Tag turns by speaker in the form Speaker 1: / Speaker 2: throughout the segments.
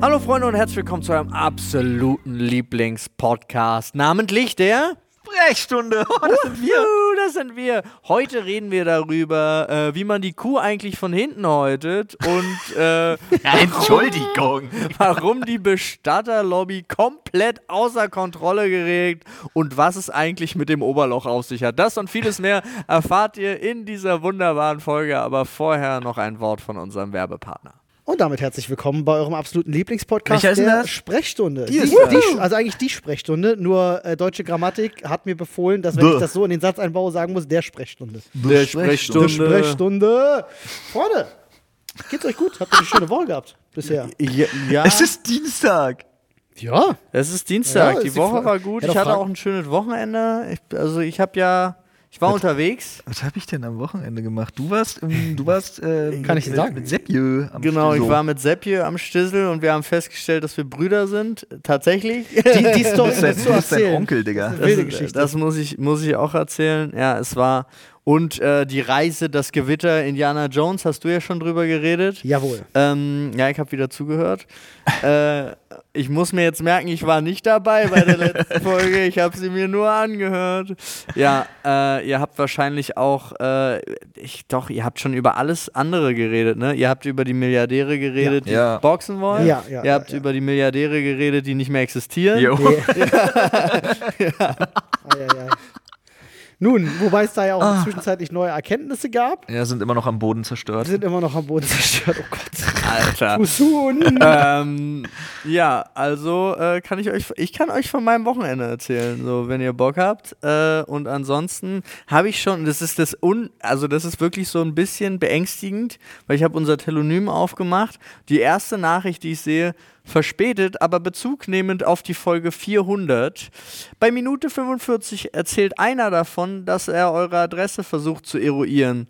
Speaker 1: Hallo Freunde und herzlich willkommen zu eurem absoluten Lieblingspodcast, namentlich der
Speaker 2: Sprechstunde. Oh, das sind wir.
Speaker 1: Juhu, das sind wir. Heute reden wir darüber, äh, wie man die Kuh eigentlich von hinten häutet und äh,
Speaker 2: Entschuldigung.
Speaker 1: warum die Bestatterlobby komplett außer Kontrolle geregt und was es eigentlich mit dem Oberloch auf sich hat. Das und vieles mehr erfahrt ihr in dieser wunderbaren Folge, aber vorher noch ein Wort von unserem Werbepartner.
Speaker 3: Und damit herzlich willkommen bei eurem absoluten Lieblingspodcast
Speaker 2: Welcher ist denn
Speaker 3: der
Speaker 2: das?
Speaker 3: Sprechstunde.
Speaker 2: Die ist
Speaker 3: die, also eigentlich die Sprechstunde, nur äh, deutsche Grammatik hat mir befohlen, dass wenn
Speaker 2: Bäh.
Speaker 3: ich das so in den Satz einbaue, sagen muss, der Sprechstunde.
Speaker 1: Der Sprechstunde.
Speaker 3: Die Sprechstunde. Freunde, geht's euch gut? Habt ihr eine schöne Woche gehabt bisher?
Speaker 1: Ja, ja.
Speaker 2: Es ist Dienstag.
Speaker 3: Ja.
Speaker 1: Es ist Dienstag,
Speaker 3: Ja,
Speaker 1: die
Speaker 3: ist die
Speaker 1: Woche
Speaker 3: Fra-
Speaker 1: war gut.
Speaker 3: Ja,
Speaker 1: ich
Speaker 3: doch,
Speaker 1: hatte
Speaker 3: Frank-
Speaker 1: auch ein schönes Wochenende. Ich, also ich habe ja, ich war unterwegs.
Speaker 2: Was habe ich denn am Wochenende gemacht? Du warst, im, du warst ähm,
Speaker 3: Kann ich
Speaker 2: mit,
Speaker 3: dir sagen.
Speaker 2: mit Seppjö am
Speaker 1: Genau, ich
Speaker 2: Stiso.
Speaker 1: war mit Seppje am Stissel und wir haben festgestellt, dass wir Brüder sind. Tatsächlich.
Speaker 3: Die, die Story
Speaker 2: Du bist dein,
Speaker 3: musst du
Speaker 2: du bist dein
Speaker 3: erzählen.
Speaker 2: Onkel, Digga.
Speaker 3: Wilde
Speaker 1: das,
Speaker 3: Geschichte.
Speaker 1: Das muss ich, muss ich auch erzählen. Ja, es war. Und äh, die Reise, das Gewitter, Indiana Jones, hast du ja schon drüber geredet.
Speaker 3: Jawohl.
Speaker 1: Ähm, ja, ich habe wieder zugehört. äh, ich muss mir jetzt merken, ich war nicht dabei bei der letzten Folge. Ich habe sie mir nur angehört. Ja, äh, ihr habt wahrscheinlich auch, äh, ich, doch, ihr habt schon über alles andere geredet, ne? Ihr habt über die Milliardäre geredet, die
Speaker 2: Ja.
Speaker 1: boxen wollen.
Speaker 3: Ja, ja,
Speaker 1: ihr habt
Speaker 3: ja, ja.
Speaker 1: über die Milliardäre geredet, die nicht mehr existieren.
Speaker 2: Jo.
Speaker 3: Ja. Ei, ei, ei. Nun, wobei es da ja auch
Speaker 2: Ah.
Speaker 3: zwischenzeitlich neue Erkenntnisse gab.
Speaker 2: Ja, sind immer noch am Boden zerstört.
Speaker 3: Wir sind immer noch am Boden zerstört. Oh Gott.
Speaker 1: Alter.
Speaker 3: Usun.
Speaker 1: ähm, ja, also äh, kann ich euch, ich kann euch von meinem Wochenende erzählen, so wenn ihr Bock habt. Äh, und ansonsten habe ich schon, das ist das un, also das ist wirklich so ein bisschen beängstigend, weil ich habe unser Telonym aufgemacht. Die erste Nachricht, die ich sehe, verspätet, aber bezugnehmend auf die Folge 400. Bei Minute 45 erzählt einer davon, dass er eure Adresse versucht zu eruieren.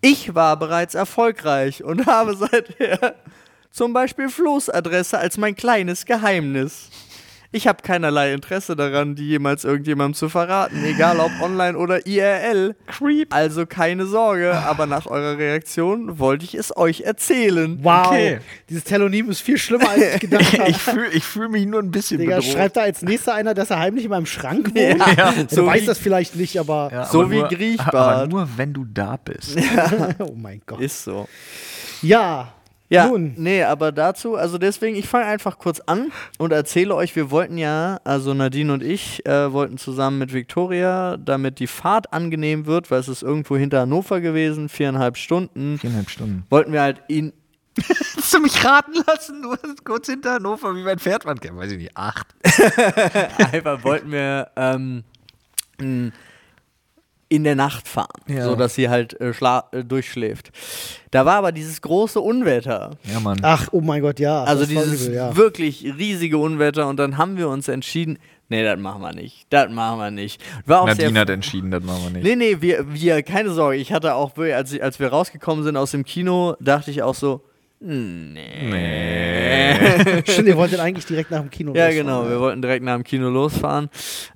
Speaker 1: Ich war bereits erfolgreich und habe seither zum Beispiel Flohs Adresse als mein kleines Geheimnis. Ich habe keinerlei Interesse daran, die jemals irgendjemandem zu verraten, egal ob online oder IRL. Creep. Also keine Sorge, aber nach eurer Reaktion wollte ich es euch erzählen.
Speaker 3: Wow.
Speaker 2: Okay.
Speaker 3: Dieses Telonym ist viel schlimmer, als ich gedacht habe.
Speaker 2: Ich fühle ich fühl mich nur ein bisschen
Speaker 3: Digga,
Speaker 2: bedroht.
Speaker 3: schreibt da als nächster einer, dass er heimlich in meinem Schrank wohnt?
Speaker 1: Ja,
Speaker 3: Du
Speaker 1: so
Speaker 3: weißt
Speaker 1: wie-
Speaker 3: das vielleicht nicht, aber
Speaker 2: Ja,
Speaker 1: so
Speaker 2: aber
Speaker 1: wie
Speaker 2: nur,
Speaker 1: Griechbad.
Speaker 2: Aber nur, wenn du da bist.
Speaker 3: oh mein Gott.
Speaker 1: Ist so.
Speaker 3: ja.
Speaker 1: Ja,
Speaker 3: Nun,
Speaker 1: nee, aber dazu, also deswegen, ich fange einfach kurz an und erzähle euch, wir wollten ja, also Nadine und ich äh, wollten zusammen mit Victoria, damit die Fahrt angenehm wird, weil es ist irgendwo hinter Hannover gewesen, viereinhalb Stunden,
Speaker 2: Viereinhalb Stunden.
Speaker 1: wollten wir halt in,
Speaker 2: Hast du mich raten lassen? Du hast kurz hinter Hannover. Wie weit fährt man? Weiß ich nicht. Acht.
Speaker 1: einfach wollten wir ähm, n- in der Nacht fahren,
Speaker 2: Ja.
Speaker 1: sodass sie halt äh, schla äh, durchschläft. Da war aber dieses große Unwetter.
Speaker 2: Ja, Mann.
Speaker 3: ach, oh mein Gott, ja.
Speaker 1: Also
Speaker 3: das war
Speaker 1: dieses
Speaker 3: übel, ja.
Speaker 1: wirklich riesige Unwetter und dann haben wir uns entschieden, nee, das machen wir nicht. Das machen wir nicht. War auch
Speaker 2: Nadine
Speaker 1: sehr
Speaker 2: hat entschieden, das machen wir nicht.
Speaker 1: Nee, nee, wir, wir, keine Sorge. Ich hatte auch, wirklich, als, ich- als wir rausgekommen sind aus dem Kino, dachte ich auch so,
Speaker 3: Stimmt, ihr wolltet eigentlich direkt nach dem Kino
Speaker 1: ja,
Speaker 3: losfahren.
Speaker 1: genau, wir wollten direkt nach dem Kino losfahren.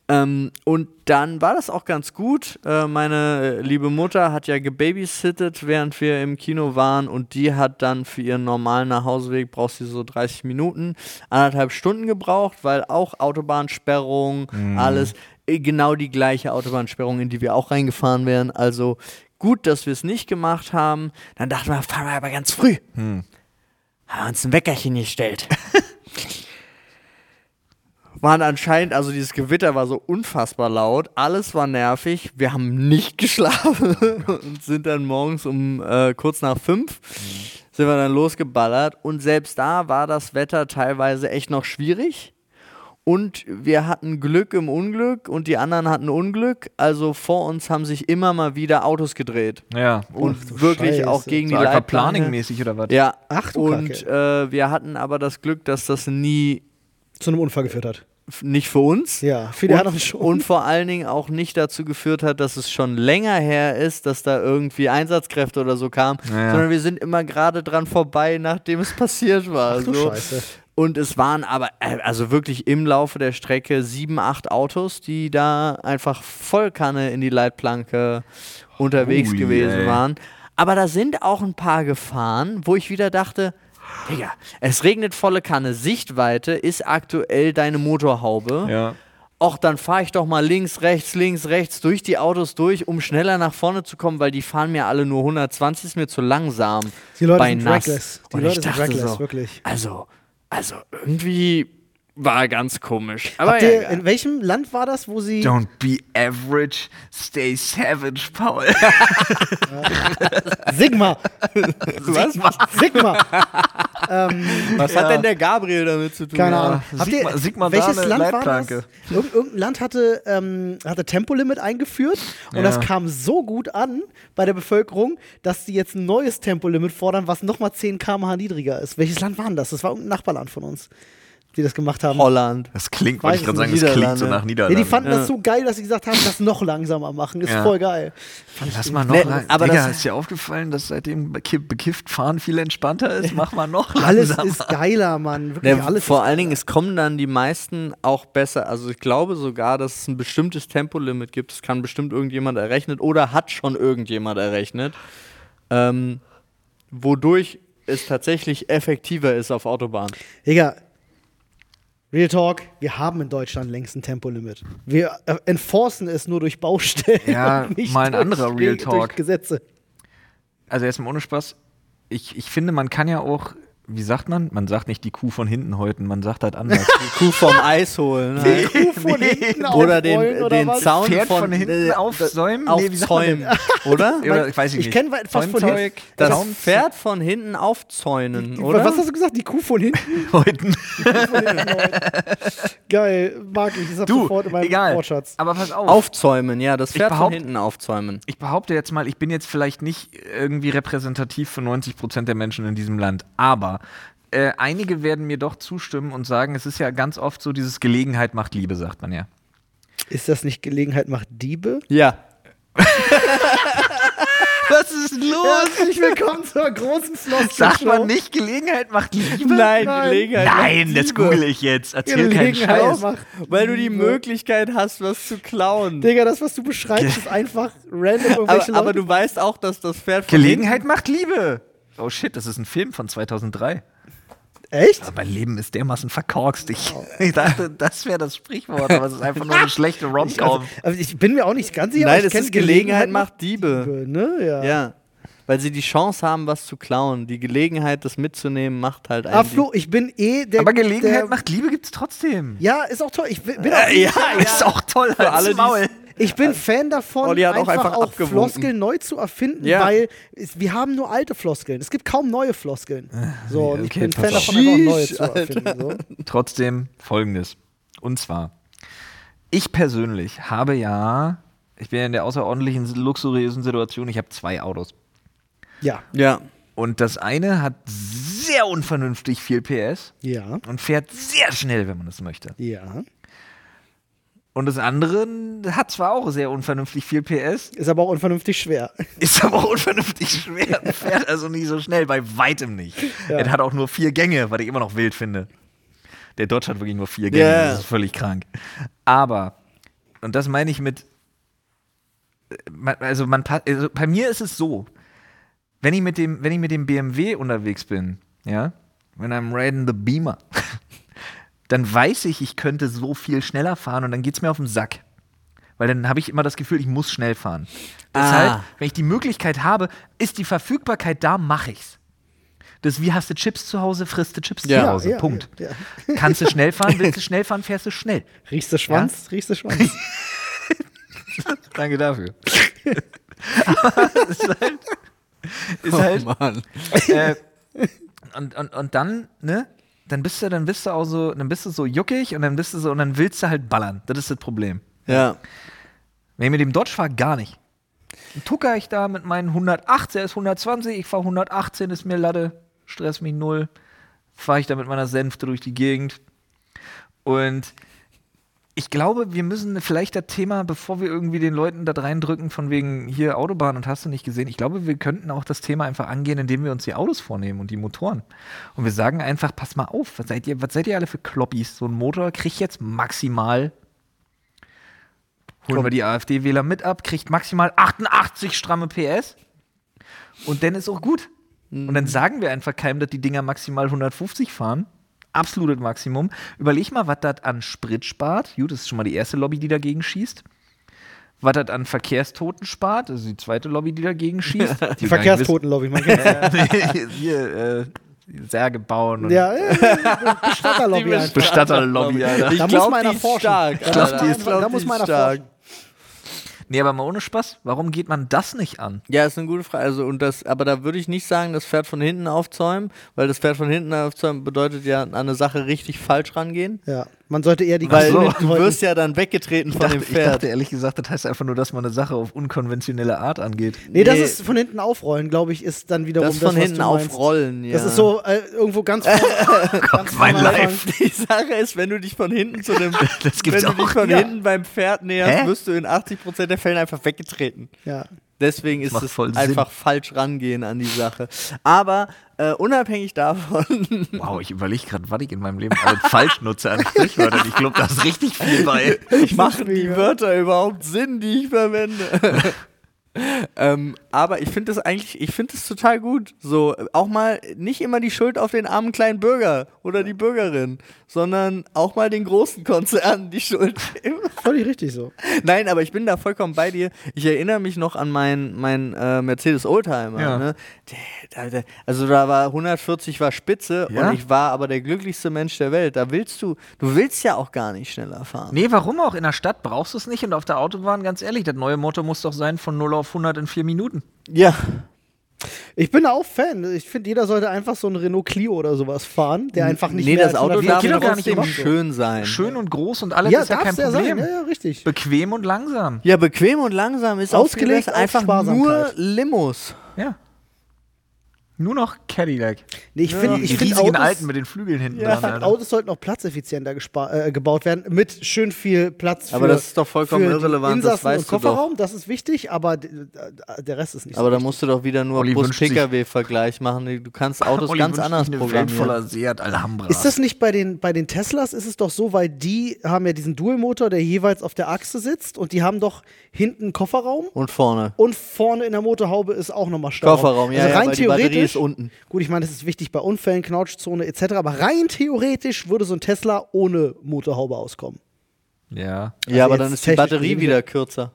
Speaker 1: Ähm, und dann war das auch ganz gut. Äh, meine äh, liebe Mutter hat ja gebabysittet, während wir im Kino waren und die hat dann für ihren normalen Nachhauseweg, braucht sie so 30 Minuten, anderthalb Stunden gebraucht, weil auch Autobahnsperrung,
Speaker 3: Mhm.
Speaker 1: alles, äh, genau die gleiche Autobahnsperrung, in die wir auch reingefahren wären. Also gut, dass wir es nicht gemacht haben. Dann dachten wir, fahren wir aber ganz früh.
Speaker 3: Hm.
Speaker 1: Haben wir uns ein Weckerchen gestellt waren anscheinend, also dieses Gewitter war so unfassbar laut, alles war nervig, wir haben nicht geschlafen und sind dann morgens um äh, kurz nach fünf
Speaker 3: Mhm.
Speaker 1: sind wir dann losgeballert und selbst da war das Wetter teilweise echt noch schwierig und wir hatten Glück im Unglück und die anderen hatten Unglück, also vor uns haben sich immer mal wieder Autos gedreht
Speaker 2: Ja.
Speaker 1: und wirklich
Speaker 3: Scheiße.
Speaker 1: auch gegen
Speaker 2: So
Speaker 1: Oh, die Leitplanke.
Speaker 2: Aquaplaning-mäßig oder was?
Speaker 1: Ja,
Speaker 3: Ach du
Speaker 1: und
Speaker 3: Kacke.
Speaker 1: äh, wir hatten aber das Glück, dass das nie
Speaker 3: Zu einem Unfall geführt hat.
Speaker 1: f- nicht für uns.
Speaker 3: Ja, viele hatten
Speaker 1: Und,
Speaker 3: schon.
Speaker 1: und vor allen Dingen auch nicht dazu geführt hat, dass es schon länger her ist, dass da irgendwie Einsatzkräfte oder so kamen,
Speaker 2: Ja.
Speaker 1: sondern wir sind immer gerade dran vorbei, nachdem es passiert war.
Speaker 3: Ach du
Speaker 1: so.
Speaker 3: Scheiße.
Speaker 1: Und es waren aber, äh, also wirklich im Laufe der Strecke sieben, acht Autos, die da einfach Vollkanne in die Leitplanke unterwegs
Speaker 2: Hui,
Speaker 1: gewesen
Speaker 2: ey.
Speaker 1: waren. Aber da sind auch ein paar gefahren, wo ich wieder dachte, Digga, es regnet volle Kanne. Sichtweite ist aktuell deine Motorhaube.
Speaker 4: Ja.
Speaker 1: Och, dann fahre ich doch mal links, rechts, links, rechts durch die Autos durch, um schneller nach vorne zu kommen, weil die fahren mir alle nur 120, ist mir zu langsam.
Speaker 3: Die Leute
Speaker 1: bei
Speaker 3: sind
Speaker 1: nass.
Speaker 3: reckless. Die
Speaker 1: Und
Speaker 3: Leute
Speaker 1: ich
Speaker 3: sind
Speaker 1: dachte
Speaker 3: reckless,
Speaker 1: so,
Speaker 3: wirklich.
Speaker 1: Also, also irgendwie war ganz komisch. Aber
Speaker 3: Habt
Speaker 1: ja,
Speaker 3: ihr,
Speaker 1: egal.
Speaker 3: in welchem Land war das, wo sie.
Speaker 2: Don't be average, stay savage, Paul.
Speaker 3: Sigma!
Speaker 2: Sigma,
Speaker 3: Sigma!
Speaker 1: was hat denn der Gabriel damit zu tun?
Speaker 3: Keine
Speaker 1: Ja.
Speaker 3: Ahnung. Habt
Speaker 2: Sigma-
Speaker 3: ihr,
Speaker 2: Sigma da
Speaker 3: welches
Speaker 2: eine
Speaker 3: Land war
Speaker 2: Leitplanke.
Speaker 3: das? Irgend, irgendein Land hatte, ähm, hatte Tempolimit eingeführt und das kam so gut an bei der Bevölkerung, dass sie jetzt ein neues Tempolimit fordern, was nochmal 10 km/h niedriger ist. Welches Land war denn das? Das war irgendein Nachbarland von uns, die das gemacht haben.
Speaker 1: Holland.
Speaker 2: Das klingt,
Speaker 3: Weiß
Speaker 2: wollte ich gerade
Speaker 3: es
Speaker 2: sagen,
Speaker 1: nicht.
Speaker 2: das klingt so
Speaker 1: Niederlande.
Speaker 2: nach
Speaker 3: Ja,
Speaker 2: Niederlande.
Speaker 3: ne? die fanden das so geil, dass sie gesagt haben, das noch langsamer machen. Ist
Speaker 2: Ja.
Speaker 3: voll geil.
Speaker 2: Lass mal noch
Speaker 1: Nee,
Speaker 3: ne,
Speaker 2: lang.
Speaker 1: aber
Speaker 2: Digga,
Speaker 1: das-
Speaker 2: ist dir aufgefallen, dass seitdem Beki- bekifft fahren viel entspannter ist? Mach mal noch
Speaker 3: Alles
Speaker 2: langsamer.
Speaker 3: ist geiler, Mann. Wirklich
Speaker 1: Ne,
Speaker 3: alles.
Speaker 1: vor allen Dingen, es kommen dann die meisten auch besser. Also ich glaube sogar, dass es ein bestimmtes Tempolimit gibt. Das kann bestimmt irgendjemand errechnet oder hat schon irgendjemand errechnet. Ähm, wodurch es tatsächlich effektiver ist auf Autobahnen.
Speaker 3: Digga, Real Talk, wir haben in Deutschland längst ein Tempolimit. Wir äh, enforcen es nur durch Baustellen.
Speaker 2: Ja,
Speaker 3: und nicht
Speaker 2: mal ein
Speaker 3: durch
Speaker 2: anderer Real
Speaker 3: Reg- Durch
Speaker 2: Talk.
Speaker 3: Gesetze.
Speaker 2: Also erstmal ohne Spaß. Ich, ich finde, man kann ja auch, wie sagt man? Man sagt nicht die Kuh von hinten häuten, man sagt halt anders.
Speaker 1: Die Kuh vom Eis holen. halt.
Speaker 3: Kuh von hinten
Speaker 1: Oder
Speaker 3: aufrollen
Speaker 1: den,
Speaker 3: oder
Speaker 1: den
Speaker 3: was?
Speaker 1: Zaun
Speaker 2: Pferd von hinten
Speaker 1: äh,
Speaker 2: aufsäumen?
Speaker 1: Auf
Speaker 2: Nee, wie sagt man
Speaker 1: Zäumen, oder?
Speaker 2: Ja, oder ich weiß
Speaker 3: ich kenn weit- was von
Speaker 2: Zaumzeug,
Speaker 3: hinten.
Speaker 1: Das
Speaker 2: Zaum-
Speaker 1: Pferd von hinten aufzäunen, oder?
Speaker 3: Was hast du gesagt? Die Kuh von hinten?
Speaker 2: häuten.
Speaker 3: Von hinten Geil, mag ich. Das hab
Speaker 2: Du,
Speaker 3: sofort in meinem
Speaker 2: egal.
Speaker 3: Wortschatz.
Speaker 2: Aber pass auf.
Speaker 1: Aufzäumen, ja, das Pferd von
Speaker 2: behaupt-
Speaker 1: hinten aufzäumen.
Speaker 2: ich behaupte jetzt mal, ich bin jetzt vielleicht nicht irgendwie repräsentativ für 90 Prozent der Menschen in diesem Land, aber äh, einige werden mir doch zustimmen und sagen, es ist ja ganz oft so, dieses Gelegenheit macht Liebe, sagt man ja.
Speaker 3: Ist das nicht Gelegenheit macht Diebe?
Speaker 1: Ja.
Speaker 2: Was ist los?
Speaker 3: Herzlich willkommen zur großen Floss.
Speaker 2: Sagt man nicht, Gelegenheit macht Liebe?
Speaker 1: Nein,
Speaker 3: Nein.
Speaker 1: Gelegenheit.
Speaker 2: Nein, das google ich jetzt. Erzähl keinen
Speaker 3: Gelegenheit
Speaker 2: Scheiß.
Speaker 3: macht
Speaker 1: Weil du die
Speaker 3: Diebe.
Speaker 1: Möglichkeit hast, was zu klauen.
Speaker 3: Digga, das, was du beschreibst, ist einfach random
Speaker 1: Aber,
Speaker 3: irgendwelche
Speaker 1: aber
Speaker 3: Leute.
Speaker 1: du weißt auch, dass das Pferd von
Speaker 2: Gelegenheit macht Liebe. Oh shit, das ist ein Film von 2003.
Speaker 3: Echt?
Speaker 2: Aber mein Leben ist dermaßen verkorkst. Ich, ich dachte, das wäre das Sprichwort, aber es ist einfach nur eine schlechte Rom-Com.
Speaker 3: Also, ich bin mir auch nicht ganz sicher,
Speaker 1: Nein,
Speaker 3: aber ich
Speaker 1: es
Speaker 3: kenn
Speaker 1: ist Gelegenheit macht Diebe.
Speaker 3: Diebe, ne? Ja.
Speaker 1: Ja. Weil sie die Chance haben, was zu klauen. Die Gelegenheit, das mitzunehmen, macht halt einen.
Speaker 3: Ah, Flo, ich bin eh der.
Speaker 2: Aber Gelegenheit
Speaker 3: der,
Speaker 2: macht Liebe gibt's trotzdem.
Speaker 3: Ja, ist auch toll. Ich bin, bin auch,
Speaker 1: Dieb. Äh, ja,
Speaker 2: Ist auch toll als
Speaker 1: alle, die's-
Speaker 2: Maul.
Speaker 3: ich bin Fan davon,
Speaker 1: Olli hat auch einfach
Speaker 3: auch
Speaker 1: abgewunken.
Speaker 3: Floskeln neu zu erfinden,
Speaker 1: Ja.
Speaker 3: weil es, wir haben nur alte Floskeln. Es gibt kaum neue Floskeln.
Speaker 1: Äh,
Speaker 3: So, und ich
Speaker 2: okay,
Speaker 3: bin Fan
Speaker 2: pass auf.
Speaker 3: davon, einfach neue
Speaker 1: Sheesh,
Speaker 3: zu erfinden. So.
Speaker 2: Trotzdem folgendes. Und zwar, ich persönlich habe ja, ich bin ja in der außerordentlichen luxuriösen Situation, ich habe zwei Autos.
Speaker 3: Ja,
Speaker 1: Ja.
Speaker 2: Und das eine hat sehr unvernünftig viel PS
Speaker 3: ja,
Speaker 2: und fährt sehr schnell, wenn man das möchte.
Speaker 3: ja.
Speaker 2: Und das andere hat zwar auch sehr unvernünftig viel PS,
Speaker 3: Ist aber auch unvernünftig schwer.
Speaker 2: Ist aber auch unvernünftig schwer. und Fährt also nicht so schnell, bei weitem nicht. Er hat auch nur vier Gänge, was ich immer noch wild finde. Der Dodge hat wirklich nur vier Gänge,
Speaker 1: Ja.
Speaker 2: das ist völlig krank. Aber, und das meine ich mit, äh, man- also, man, pa- also bei mir ist es so, wenn ich mit dem, wenn ich mit dem BMW unterwegs bin, ja, when I'm riding the Beamer, dann weiß ich, ich könnte so viel schneller fahren und dann geht's mir auf den Sack. Weil dann habe ich immer das Gefühl, ich muss schnell fahren. Deshalb,
Speaker 1: Ah.
Speaker 2: wenn ich die Möglichkeit habe, ist die Verfügbarkeit da, mache ich's. Das ist wie hast du Chips zu Hause, frisst du Chips
Speaker 1: Ja,
Speaker 2: zu Hause. Punkt.
Speaker 3: Ja, ja.
Speaker 2: Kannst du schnell fahren, willst du schnell fahren, fährst du schnell.
Speaker 3: Riechst du Schwanz? Riechst du Schwanz?
Speaker 2: Danke dafür. Aber es ist halt,
Speaker 3: Oh
Speaker 2: ist halt
Speaker 1: Mann.
Speaker 2: äh, und, und, und dann, ne? Dann bist du, dann bist du auch so, dann bist du so juckig und dann bist du so, und dann willst du halt ballern. Das ist das Problem.
Speaker 1: Ja.
Speaker 2: Wenn ich mit dem Dodge fahre, gar nicht. Dann tucker ich da mit meinen 108, er ist 120, ich fahre 118, ist mir Latte, stress mich null. Fahre ich da mit meiner Sänfte durch die Gegend. Und ich glaube, wir müssen vielleicht das Thema, bevor wir irgendwie den Leuten da reindrücken, von wegen hier Autobahn und hast du nicht gesehen, ich glaube, wir könnten auch das Thema einfach angehen, indem wir uns die Autos vornehmen und die Motoren. Und wir sagen einfach, pass mal auf, was seid ihr, was seid ihr alle für Kloppis? So ein Motor kriegt jetzt maximal Holen wir die AfD-Wähler mit ab, kriegt maximal 88 stramme PS. Und dann ist auch gut. Und
Speaker 3: Mhm.
Speaker 2: dann sagen wir einfach keinem, dass die Dinger maximal 150 fahren. Absolutes Maximum. Überleg mal, was das an Sprit spart. Gut, das ist schon mal die erste Lobby, die dagegen schießt. Was das an Verkehrstoten spart. Das ist die zweite Lobby, die dagegen schießt. Die
Speaker 3: Die
Speaker 2: wir gar nicht
Speaker 3: Verkehrstoten, glaube ich. Man kennt's.
Speaker 2: wissen. Hier, äh, Särge bauen und
Speaker 3: ja, äh, Bestatterlobby. einfach.
Speaker 2: Bestatterlobby, Alter.
Speaker 1: Ich
Speaker 3: Da muss
Speaker 1: glaub,
Speaker 3: man einer
Speaker 1: die ist
Speaker 3: forschen.
Speaker 1: stark.
Speaker 3: Ich glaub,
Speaker 1: Alter.
Speaker 3: die ist-
Speaker 1: Ich glaub,
Speaker 3: da muss
Speaker 1: die
Speaker 3: man
Speaker 1: ist
Speaker 3: einer forschen.
Speaker 2: Nee, aber mal ohne Spaß, warum geht man das nicht an?
Speaker 1: Ja, ist eine gute Frage. Also, und das, aber da würde ich nicht sagen, das Pferd von hinten aufzäumen, weil das Pferd von hinten aufzäumen bedeutet ja an eine Sache richtig falsch rangehen.
Speaker 3: Ja, man sollte eher die
Speaker 1: Weil
Speaker 2: so.
Speaker 1: du wirst ja dann weggetreten von dem
Speaker 2: ich
Speaker 1: Pferd.
Speaker 2: dachte ehrlich gesagt, das heißt einfach nur, dass man eine Sache auf unkonventionelle Art angeht.
Speaker 3: Nee, das
Speaker 1: Nee.
Speaker 3: ist von hinten aufrollen, glaube ich, ist dann wiederum
Speaker 1: das
Speaker 3: das,
Speaker 1: von
Speaker 3: was
Speaker 1: hinten
Speaker 3: du meinst.
Speaker 1: aufrollen, ja.
Speaker 3: Das ist so äh, irgendwo ganz vorne. ganz
Speaker 2: mein
Speaker 3: vorne am
Speaker 2: Leib.
Speaker 3: Anfang.
Speaker 1: Die Sache ist, wenn du dich von hinten zu dem.
Speaker 2: Das
Speaker 1: wenn
Speaker 2: gibt's
Speaker 1: du
Speaker 2: auch.
Speaker 1: dich von
Speaker 2: Ja.
Speaker 1: hinten beim Pferd näherst,
Speaker 2: Hä?
Speaker 1: wirst du in 80% der Fällen einfach weggetreten.
Speaker 3: Ja.
Speaker 1: Deswegen ist
Speaker 2: macht
Speaker 1: es
Speaker 2: voll Sinn.
Speaker 1: einfach falsch rangehen an die Sache. Aber äh, unabhängig davon,
Speaker 2: Wow, ich überlege gerade, was ich in meinem Leben alles falsch nutze an Sprichwörtern. Ich glaube, da ist richtig viel bei.
Speaker 1: machen die
Speaker 3: mega.
Speaker 1: Wörter überhaupt Sinn, die ich verwende? ähm, aber ich finde das eigentlich, ich finde das total gut. So, auch mal nicht immer die Schuld auf den armen kleinen Bürger oder die Bürgerin, sondern auch mal den großen Konzernen die Schuld geben.
Speaker 3: Völlig richtig so.
Speaker 1: Nein, aber ich bin da vollkommen bei dir. Ich erinnere mich noch an meinen mein, äh, Mercedes Oldtimer.
Speaker 2: Ja.
Speaker 1: Ne? Der, der, der, also da war 140 war Spitze
Speaker 2: Ja?
Speaker 1: und ich war aber der glücklichste Mensch der Welt. Da willst du, du willst ja auch gar nicht schneller fahren.
Speaker 2: Nee, warum auch? In der Stadt brauchst du es nicht und auf der Autobahn, ganz ehrlich, das neue Motto muss doch sein, von 0 auf 100 in 4 Minuten.
Speaker 1: Ja.
Speaker 3: Ich bin auch Fan. Ich finde, jeder sollte einfach so einen Renault Clio oder sowas fahren, der einfach nicht
Speaker 1: nee,
Speaker 3: mehr
Speaker 1: das
Speaker 3: als
Speaker 1: Auto
Speaker 3: 140
Speaker 1: darf
Speaker 2: geht doch gar nicht
Speaker 1: trotzdem
Speaker 2: immer so.
Speaker 1: schön sein.
Speaker 2: Schön und groß und alles
Speaker 3: Ja,
Speaker 2: ist ja kein
Speaker 3: darf's ja
Speaker 2: Problem.
Speaker 3: sein. Ja, ja, richtig.
Speaker 2: Bequem und langsam.
Speaker 1: Ja, bequem und langsam ist auch viel
Speaker 3: Ausgelegt
Speaker 1: besser.
Speaker 3: auf
Speaker 1: einfach
Speaker 3: Sparsamkeit.
Speaker 1: nur Limos.
Speaker 2: Ja. Nur noch Cadillac.
Speaker 3: Nee, ich finde,
Speaker 2: Die
Speaker 3: ich finde
Speaker 2: riesigen
Speaker 3: Autos,
Speaker 2: Alten mit den Flügeln hinten
Speaker 3: ich
Speaker 2: dran.
Speaker 3: find,
Speaker 2: Alter.
Speaker 3: Autos sollten auch platzeffizienter gespa- äh, gebaut werden, mit schön viel Platz für
Speaker 1: Aber das ist doch vollkommen
Speaker 3: für die
Speaker 1: irrelevant, das
Speaker 3: Insassen
Speaker 1: weißt
Speaker 3: und
Speaker 1: du doch.
Speaker 3: Kofferraum, das ist wichtig, aber d- d- der Rest ist nicht
Speaker 1: Aber
Speaker 3: so
Speaker 1: da musst du doch wieder nur
Speaker 2: Olli wünscht sich-
Speaker 1: Bus-Pkw-Vergleich machen. Du kannst Autos
Speaker 2: Olli
Speaker 1: ganz
Speaker 2: wünscht
Speaker 1: anders
Speaker 2: sich eine Welt
Speaker 1: programmieren.
Speaker 2: voller Seat Alhambra.
Speaker 3: Ist das nicht bei den, bei den Teslas, ist es doch so, weil die haben ja diesen Dualmotor, der jeweils auf der Achse sitzt und die haben doch hinten einen Kofferraum
Speaker 1: Und vorne.
Speaker 3: und vorne in der Motorhaube ist auch nochmal Stauraum. Also
Speaker 1: Kofferraum, ja, ja, weil die Batterie ist unten.
Speaker 3: Gut, ich meine, das ist wichtig bei Unfällen, Knautschzone etc., aber rein theoretisch würde so ein Tesla ohne Motorhaube auskommen.
Speaker 2: ja.
Speaker 1: ja, aber
Speaker 3: Also jetzt
Speaker 1: dann ist die
Speaker 3: technisch
Speaker 1: Batterie
Speaker 3: gesehen Äh,
Speaker 1: wieder kürzer.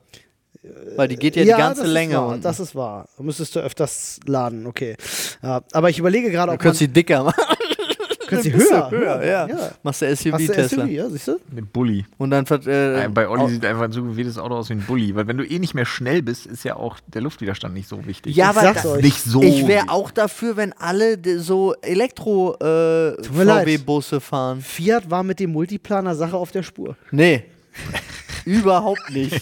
Speaker 1: Weil die geht ja, die ganze
Speaker 3: das Ist
Speaker 1: Länge.
Speaker 3: wahr,
Speaker 1: Und
Speaker 3: das ist wahr. Da müsstest du öfters laden, okay. Ja, aber ich überlege gerade, ob man,
Speaker 1: könntest du die dicker machen.
Speaker 3: könntest du
Speaker 1: Bisschen
Speaker 3: höher,
Speaker 1: höher, ja.
Speaker 3: ja.
Speaker 1: Machst du
Speaker 3: Hast du
Speaker 1: SUV-Tesla.
Speaker 3: SUV, ja, siehst du?
Speaker 2: Eine Bulli.
Speaker 1: Und dann. vert- Äh,
Speaker 2: Äh, Bei Olli
Speaker 1: au-
Speaker 2: sieht einfach ein so jedes Auto aus wie ein Bulli. Weil wenn du eh nicht mehr schnell bist, ist ja auch der Luftwiderstand nicht so wichtig.
Speaker 1: Ja,
Speaker 3: Ich
Speaker 1: aber
Speaker 3: sag's
Speaker 1: das-
Speaker 3: euch.
Speaker 2: nicht so.
Speaker 1: Ich wäre auch dafür, wenn alle d- so äh,
Speaker 3: mir leid.
Speaker 1: Elektro-VW-Busse fahren.
Speaker 3: Fiat war mit dem Multiplaner Sache auf der Spur.
Speaker 1: Nee. Überhaupt nicht.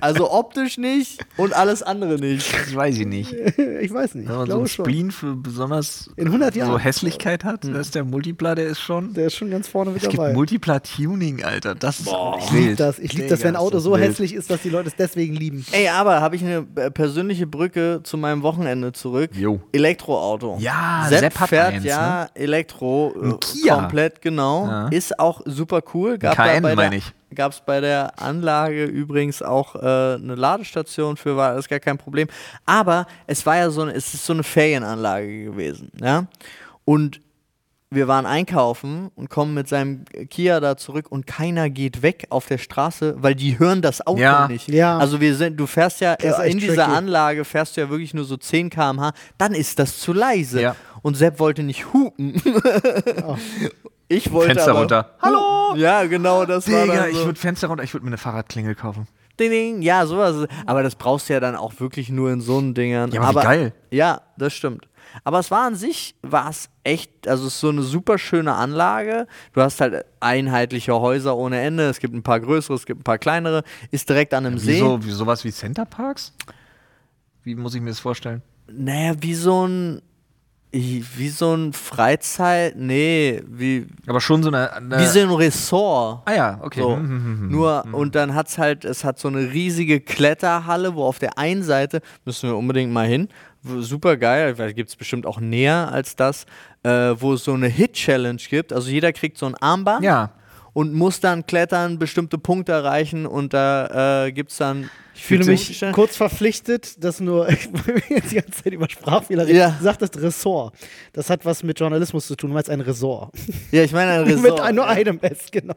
Speaker 1: Also optisch nicht und alles andere nicht.
Speaker 2: Das weiß ich nicht.
Speaker 3: ich weiß nicht.
Speaker 2: Wenn
Speaker 3: Ich
Speaker 2: man so einen
Speaker 3: glaube schon.
Speaker 2: Spleen für besonders
Speaker 3: In 100
Speaker 2: so
Speaker 3: Jahren. Hm.
Speaker 2: Hässlichkeit hat, da ist der Multipla, der ist schon.
Speaker 3: Der ist schon ganz vorne mit
Speaker 2: es gibt
Speaker 3: dabei.
Speaker 2: Multipla-Tuning, Alter. Das ist
Speaker 3: Ich liebe das. Ich liebe das, wenn ein Auto so
Speaker 2: hässlich
Speaker 3: hässlich ist, dass die Leute es deswegen lieben.
Speaker 1: Ey, aber habe ich eine äh, persönliche Brücke zu meinem Wochenende zurück.
Speaker 2: Jo.
Speaker 1: Elektroauto.
Speaker 2: Ja,
Speaker 1: Sepp,
Speaker 2: Sepp hat
Speaker 1: fährt
Speaker 2: eins, ne?
Speaker 1: ja Elektro äh,
Speaker 2: Kia.
Speaker 1: komplett genau.
Speaker 2: Ja.
Speaker 1: Ist auch super cool. Gab
Speaker 2: Ein
Speaker 1: da
Speaker 2: KN,
Speaker 1: bei der-
Speaker 2: meine ich.
Speaker 1: gab's bei der Anlage übrigens auch äh, eine Ladestation für, war das gar kein Problem. Aber es war ja so eine, es ist so eine Ferienanlage gewesen, ja. Und wir waren einkaufen und kommen mit seinem Kia da zurück und keiner geht weg auf der Straße, weil die hören das Auto
Speaker 2: Ja.
Speaker 1: nicht.
Speaker 3: Ja.
Speaker 1: Also wir sind, du fährst ja
Speaker 3: ist echt
Speaker 1: in dieser
Speaker 3: tricky.
Speaker 1: Anlage fährst du ja wirklich nur so 10 km/h, dann ist das zu leise.
Speaker 2: Ja.
Speaker 1: Und Sepp wollte nicht hupen. Oh. Ich wollte
Speaker 2: Fenster
Speaker 1: aber,
Speaker 2: runter.
Speaker 1: Hallo. Ja, genau, das war
Speaker 2: Digga,
Speaker 1: dann
Speaker 2: ich
Speaker 3: also
Speaker 1: so.
Speaker 2: würde Fenster runter, ich würde mir eine Fahrradklingel kaufen.
Speaker 1: Ding, ding, ja, sowas. Aber das brauchst du ja dann auch wirklich nur in so einen Dingern.
Speaker 2: Ja, aber wie geil.
Speaker 1: Ja, das stimmt. Aber es war an sich, war es echt, also es ist so eine super schöne Anlage. Du hast halt einheitliche Häuser ohne Ende. Es gibt ein paar größere, es gibt ein paar kleinere. Ist direkt an einem
Speaker 2: Wie
Speaker 1: See.
Speaker 2: so, wie sowas wie Centerparks? Wie muss ich mir das vorstellen?
Speaker 1: Naja, wie so ein, wie so ein Freizeit, nee, wie,
Speaker 2: Aber schon so eine. eine
Speaker 3: Äh.
Speaker 1: wie so ein Ressort.
Speaker 2: ah ja, okay.
Speaker 1: So.
Speaker 3: Mhm,
Speaker 2: Hm, hm, hm, hm.
Speaker 1: Nur, und dann hat es halt, es hat so eine riesige Kletterhalle, wo auf der einen Seite, müssen wir unbedingt mal hin, w- super geil, weil gibt es bestimmt auch näher als das, äh, wo es so eine Hit-Challenge gibt. Also jeder kriegt so ein Armband.
Speaker 2: Ja.
Speaker 1: und muss dann klettern, bestimmte Punkte erreichen und da äh, gibt es dann.
Speaker 3: Ich fühle mich kurz verpflichtet, dass nur weil wir jetzt die ganze Zeit über Sprachfehler reden.
Speaker 1: Ja.
Speaker 3: Sagt das Ressort. Das hat was mit Journalismus zu tun, weil es ein Ressort.
Speaker 1: Ja, ich meine, ein
Speaker 3: mit
Speaker 1: Ressort.
Speaker 3: ein- nur
Speaker 1: ja.
Speaker 3: einem S, genau.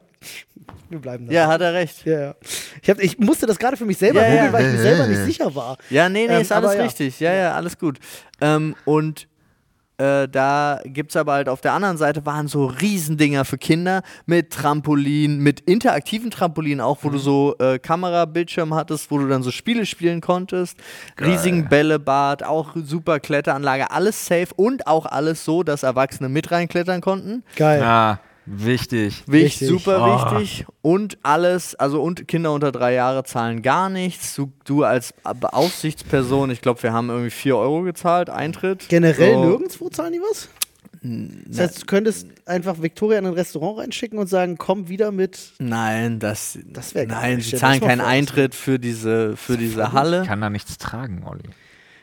Speaker 3: Wir bleiben da.
Speaker 1: ja, hat er recht.
Speaker 3: Ja, ja. Ich, hab, ich musste das gerade für mich selber
Speaker 1: Ja, ja.
Speaker 3: googeln, weil ich mir selber nicht sicher war.
Speaker 1: Ja, nee, nee,
Speaker 3: Ähm,
Speaker 1: ist alles
Speaker 3: aber ja.
Speaker 1: richtig. Ja, ja, alles gut. Ähm, und äh, da gibt es aber halt auf der anderen Seite waren so Riesendinger für Kinder mit Trampolin, mit interaktiven Trampolinen auch,
Speaker 3: Mhm.
Speaker 1: wo du so äh, Kamerabildschirm hattest, wo du dann so Spiele spielen konntest. Riesigen Bällebad, auch super Kletteranlage, alles safe und auch alles so, dass Erwachsene mit reinklettern konnten.
Speaker 3: Geil.
Speaker 2: Ja, wichtig.
Speaker 1: Wichtig,
Speaker 3: Wichtig.
Speaker 1: super
Speaker 2: Ah.
Speaker 1: wichtig. Und alles, also und Kinder unter drei Jahre zahlen gar nichts. Du, du als Beaufsichtsperson, ich glaube, wir haben irgendwie 4 Euro gezahlt, Eintritt.
Speaker 3: Generell
Speaker 1: So.
Speaker 3: nirgendwo zahlen die was? Das heißt, du könntest einfach Victoria in ein Restaurant reinschicken und sagen, komm wieder mit.
Speaker 1: Nein, das,
Speaker 3: Das wär geil.
Speaker 1: nein, sie
Speaker 3: Stell dir
Speaker 1: zahlen
Speaker 3: das mal
Speaker 1: keinen
Speaker 3: vor.
Speaker 1: Eintritt für diese, für diese Halle.
Speaker 2: Ich kann da nichts tragen, Olli.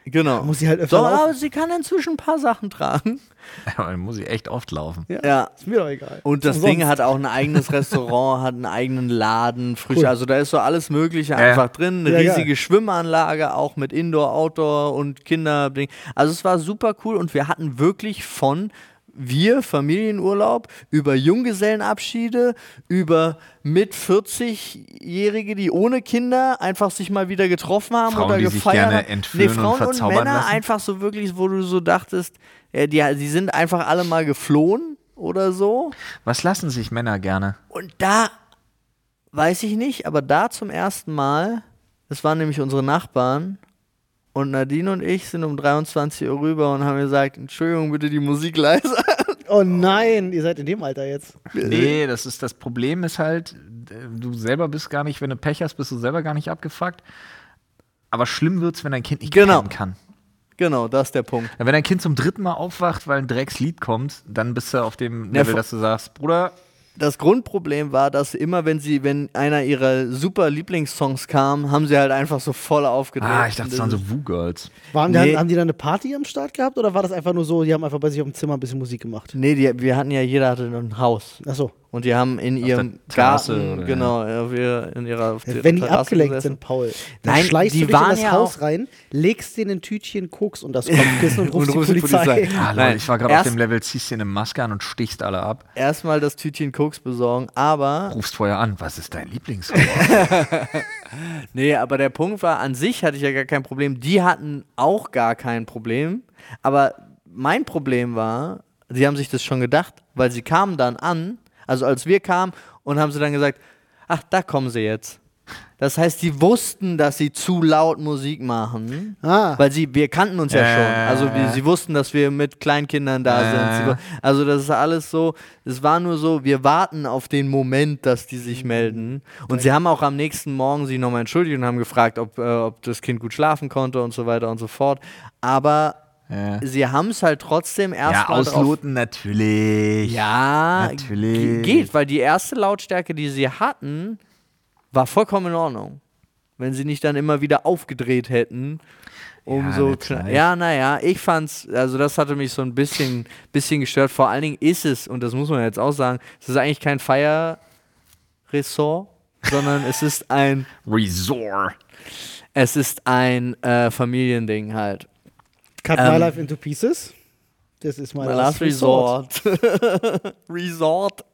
Speaker 1: genau.
Speaker 3: Muss sie halt öfter
Speaker 1: so,
Speaker 3: laufen.
Speaker 1: aber sie kann inzwischen ein paar Sachen tragen.
Speaker 2: Da muss ich echt oft laufen.
Speaker 1: Ja.
Speaker 3: Ist mir doch egal.
Speaker 1: Und das
Speaker 3: Umsonst.
Speaker 1: Ding hat auch ein eigenes Restaurant, hat einen eigenen Laden, frisch, also da ist so alles Mögliche einfach drin. Eine
Speaker 3: Ja, geil.
Speaker 1: riesige Schwimmanlage, auch mit Indoor, Outdoor und Kinderding. Also es war super cool und wir hatten wirklich von wir Familienurlaub über Junggesellenabschiede, über mit 40-Jährige, die ohne Kinder einfach sich mal wieder getroffen haben
Speaker 2: Frauen,
Speaker 1: oder
Speaker 2: die sich
Speaker 1: gefeiert
Speaker 2: gerne
Speaker 1: haben.
Speaker 2: entführen und
Speaker 1: Frauen
Speaker 2: verzaubern
Speaker 1: Männer
Speaker 2: lassen.
Speaker 1: einfach so wirklich, wo du so dachtest, ja, die, die sind einfach alle mal geflohen oder so.
Speaker 2: Was lassen sich Männer gerne?
Speaker 1: Und da weiß ich nicht, aber da zum ersten Mal, das waren nämlich unsere Nachbarn und Nadine und ich sind um 23 Uhr rüber und haben gesagt, Entschuldigung, bitte die Musik leiser.
Speaker 3: Oh nein, ihr seid in dem Alter jetzt.
Speaker 1: Äh.
Speaker 2: Nee, das ist das Problem ist halt, du selber bist gar nicht, wenn du Pech hast, bist du selber gar nicht abgefuckt. Aber schlimm wird's, wenn dein Kind nicht
Speaker 1: Genau.
Speaker 2: pennen kann.
Speaker 1: Genau, das ist der Punkt.
Speaker 2: Wenn dein Kind zum dritten Mal aufwacht, weil ein Dreckslied kommt, dann bist du auf dem
Speaker 1: Ja,
Speaker 2: Level,
Speaker 1: vor-
Speaker 2: dass du sagst, Bruder,
Speaker 1: Das Grundproblem war, dass immer, wenn sie, wenn einer ihrer super Lieblingssongs kam, haben sie halt einfach so voll aufgedreht.
Speaker 2: ah, ich dachte, das
Speaker 1: Und
Speaker 2: waren so Woo-Girls.
Speaker 3: Waren
Speaker 1: Nee.
Speaker 3: die, haben die da eine Party am Start gehabt oder war das einfach nur so, die haben einfach bei sich auf dem Zimmer ein bisschen Musik gemacht?
Speaker 1: Nee, die, wir hatten ja, jeder hatte ein Haus.
Speaker 3: Achso.
Speaker 1: Und die haben in ihrem
Speaker 2: der Terrasse
Speaker 1: Garten,
Speaker 2: oder-
Speaker 1: genau, auf ihr- in ihrer auf der
Speaker 3: Wenn die
Speaker 1: Terrasse
Speaker 3: abgelenkt
Speaker 1: gesessen.
Speaker 3: sind, Paul, dann
Speaker 1: Nein,
Speaker 3: schleichst
Speaker 1: die
Speaker 3: du dich
Speaker 1: waren
Speaker 3: in das
Speaker 1: ja auch-
Speaker 3: Haus rein, legst dir ein Tütchen Koks unter das Kopfkissen und rufst
Speaker 1: Und rufst
Speaker 3: die Polizei.
Speaker 2: Ah, Leute,
Speaker 1: Nein,
Speaker 2: ich war gerade auf
Speaker 1: erst-
Speaker 2: dem Level, ziehst dir eine Maske an und stichst alle ab,
Speaker 1: erstmal das Tütchen Koks besorgen, aber.
Speaker 2: rufst vorher an, was ist dein Lieblingshorror?
Speaker 1: Nee, aber der Punkt war, an sich hatte ich ja gar kein Problem. Die hatten auch gar kein Problem. Aber mein Problem war, sie haben sich das schon gedacht, weil sie kamen dann an, also als wir kamen und haben sie dann gesagt, ach, da kommen sie jetzt. Das heißt, sie wussten, dass sie zu laut Musik machen.
Speaker 3: Ah.
Speaker 1: Weil sie, wir kannten uns ja
Speaker 2: Ja,
Speaker 1: schon.
Speaker 2: ja, ja,
Speaker 1: Also
Speaker 2: ja.
Speaker 1: wir, sie wussten, dass wir mit Kleinkindern da
Speaker 2: Ja, ja,
Speaker 1: sind. Sie,
Speaker 2: ja.
Speaker 1: wu- also das ist alles so, es war nur so, wir warten auf den Moment, dass die sich melden. Und sie haben auch am nächsten Morgen sich nochmal entschuldigt und haben gefragt, ob, äh, ob das Kind gut schlafen konnte und so weiter und so fort. Aber
Speaker 2: ja.
Speaker 1: sie haben es halt trotzdem
Speaker 2: ja,
Speaker 1: erstmal drauf.
Speaker 2: ausloten natürlich.
Speaker 1: Ja,
Speaker 2: Natürlich.
Speaker 1: ge- geht, weil die erste Lautstärke, die sie hatten, war vollkommen in Ordnung. Wenn sie nicht dann immer wieder aufgedreht hätten, um
Speaker 2: Ja,
Speaker 1: so.
Speaker 2: natürlich.
Speaker 1: kna- Ja, naja, ich fand's, also das hatte mich so ein bisschen, bisschen gestört. Vor allen Dingen ist es, und das muss man jetzt auch sagen, es ist eigentlich kein Feierressort, sondern es ist ein,
Speaker 2: Resort.
Speaker 1: es ist ein äh, Familiending halt.
Speaker 3: Cut
Speaker 1: Ähm,
Speaker 3: my life into pieces. Das ist mein
Speaker 1: My last resort. resort.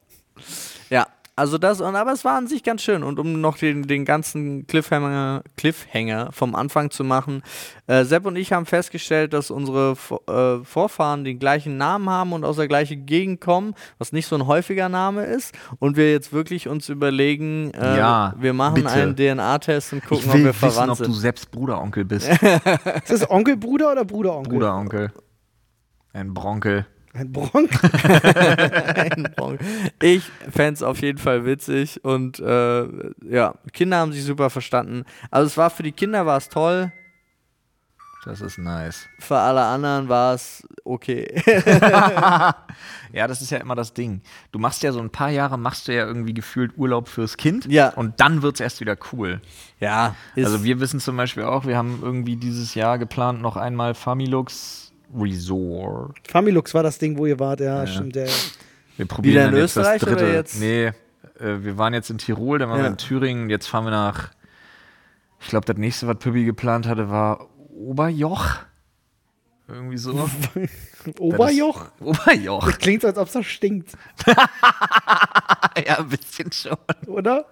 Speaker 1: Ja, also das und aber es war an sich ganz schön und um noch den, den ganzen Cliffhanger, Cliffhanger vom Anfang zu machen. Äh, Sepp und ich haben festgestellt, dass unsere Vo- äh, Vorfahren den gleichen Namen haben und aus der gleichen Gegend kommen, was nicht so ein häufiger Name ist und wir jetzt wirklich uns überlegen, äh,
Speaker 2: Ja,
Speaker 1: wir machen
Speaker 2: bitte.
Speaker 1: einen DNA-Test und gucken,
Speaker 2: ich
Speaker 1: ob
Speaker 2: will
Speaker 1: wir
Speaker 2: wissen,
Speaker 1: verwandt
Speaker 2: ob du
Speaker 1: sind.
Speaker 2: selbst Bruderonkel bist.
Speaker 3: Ist das Onkel, Bruder oder Bruderonkel?
Speaker 2: Bruderonkel. Ein Bronkel.
Speaker 3: Ein Bronk.
Speaker 1: Ich fänd's auf jeden Fall witzig und äh, ja, Kinder haben sich super verstanden. Also es war für die Kinder war es toll,
Speaker 2: Das ist nice.
Speaker 1: für alle anderen war es okay.
Speaker 2: Ja, das ist ja immer das Ding. Du machst ja so ein paar Jahre, machst du ja irgendwie gefühlt Urlaub fürs Kind.
Speaker 1: Ja.
Speaker 2: Und dann wird's erst wieder cool.
Speaker 1: Ja, ist,
Speaker 2: also wir wissen zum Beispiel auch, wir haben irgendwie dieses Jahr geplant noch einmal Familux Resort.
Speaker 3: Familux war das Ding, wo ihr wart, ja, stimmt. Ja. ja.
Speaker 2: Wir probieren
Speaker 1: Wieder in
Speaker 2: dann jetzt das
Speaker 1: Österreich oder
Speaker 2: dritte.
Speaker 1: jetzt?
Speaker 2: Nee, äh, wir waren jetzt in Tirol, dann waren wir
Speaker 1: Ja.
Speaker 2: in Thüringen, jetzt fahren wir nach, ich glaube, das nächste, was Püppi geplant hatte, war Oberjoch. Irgendwie so.
Speaker 3: Oberjoch?
Speaker 2: Oberjoch.
Speaker 3: Das klingt so, als ob es da stinkt,
Speaker 2: ja, ein bisschen schon.
Speaker 3: oder?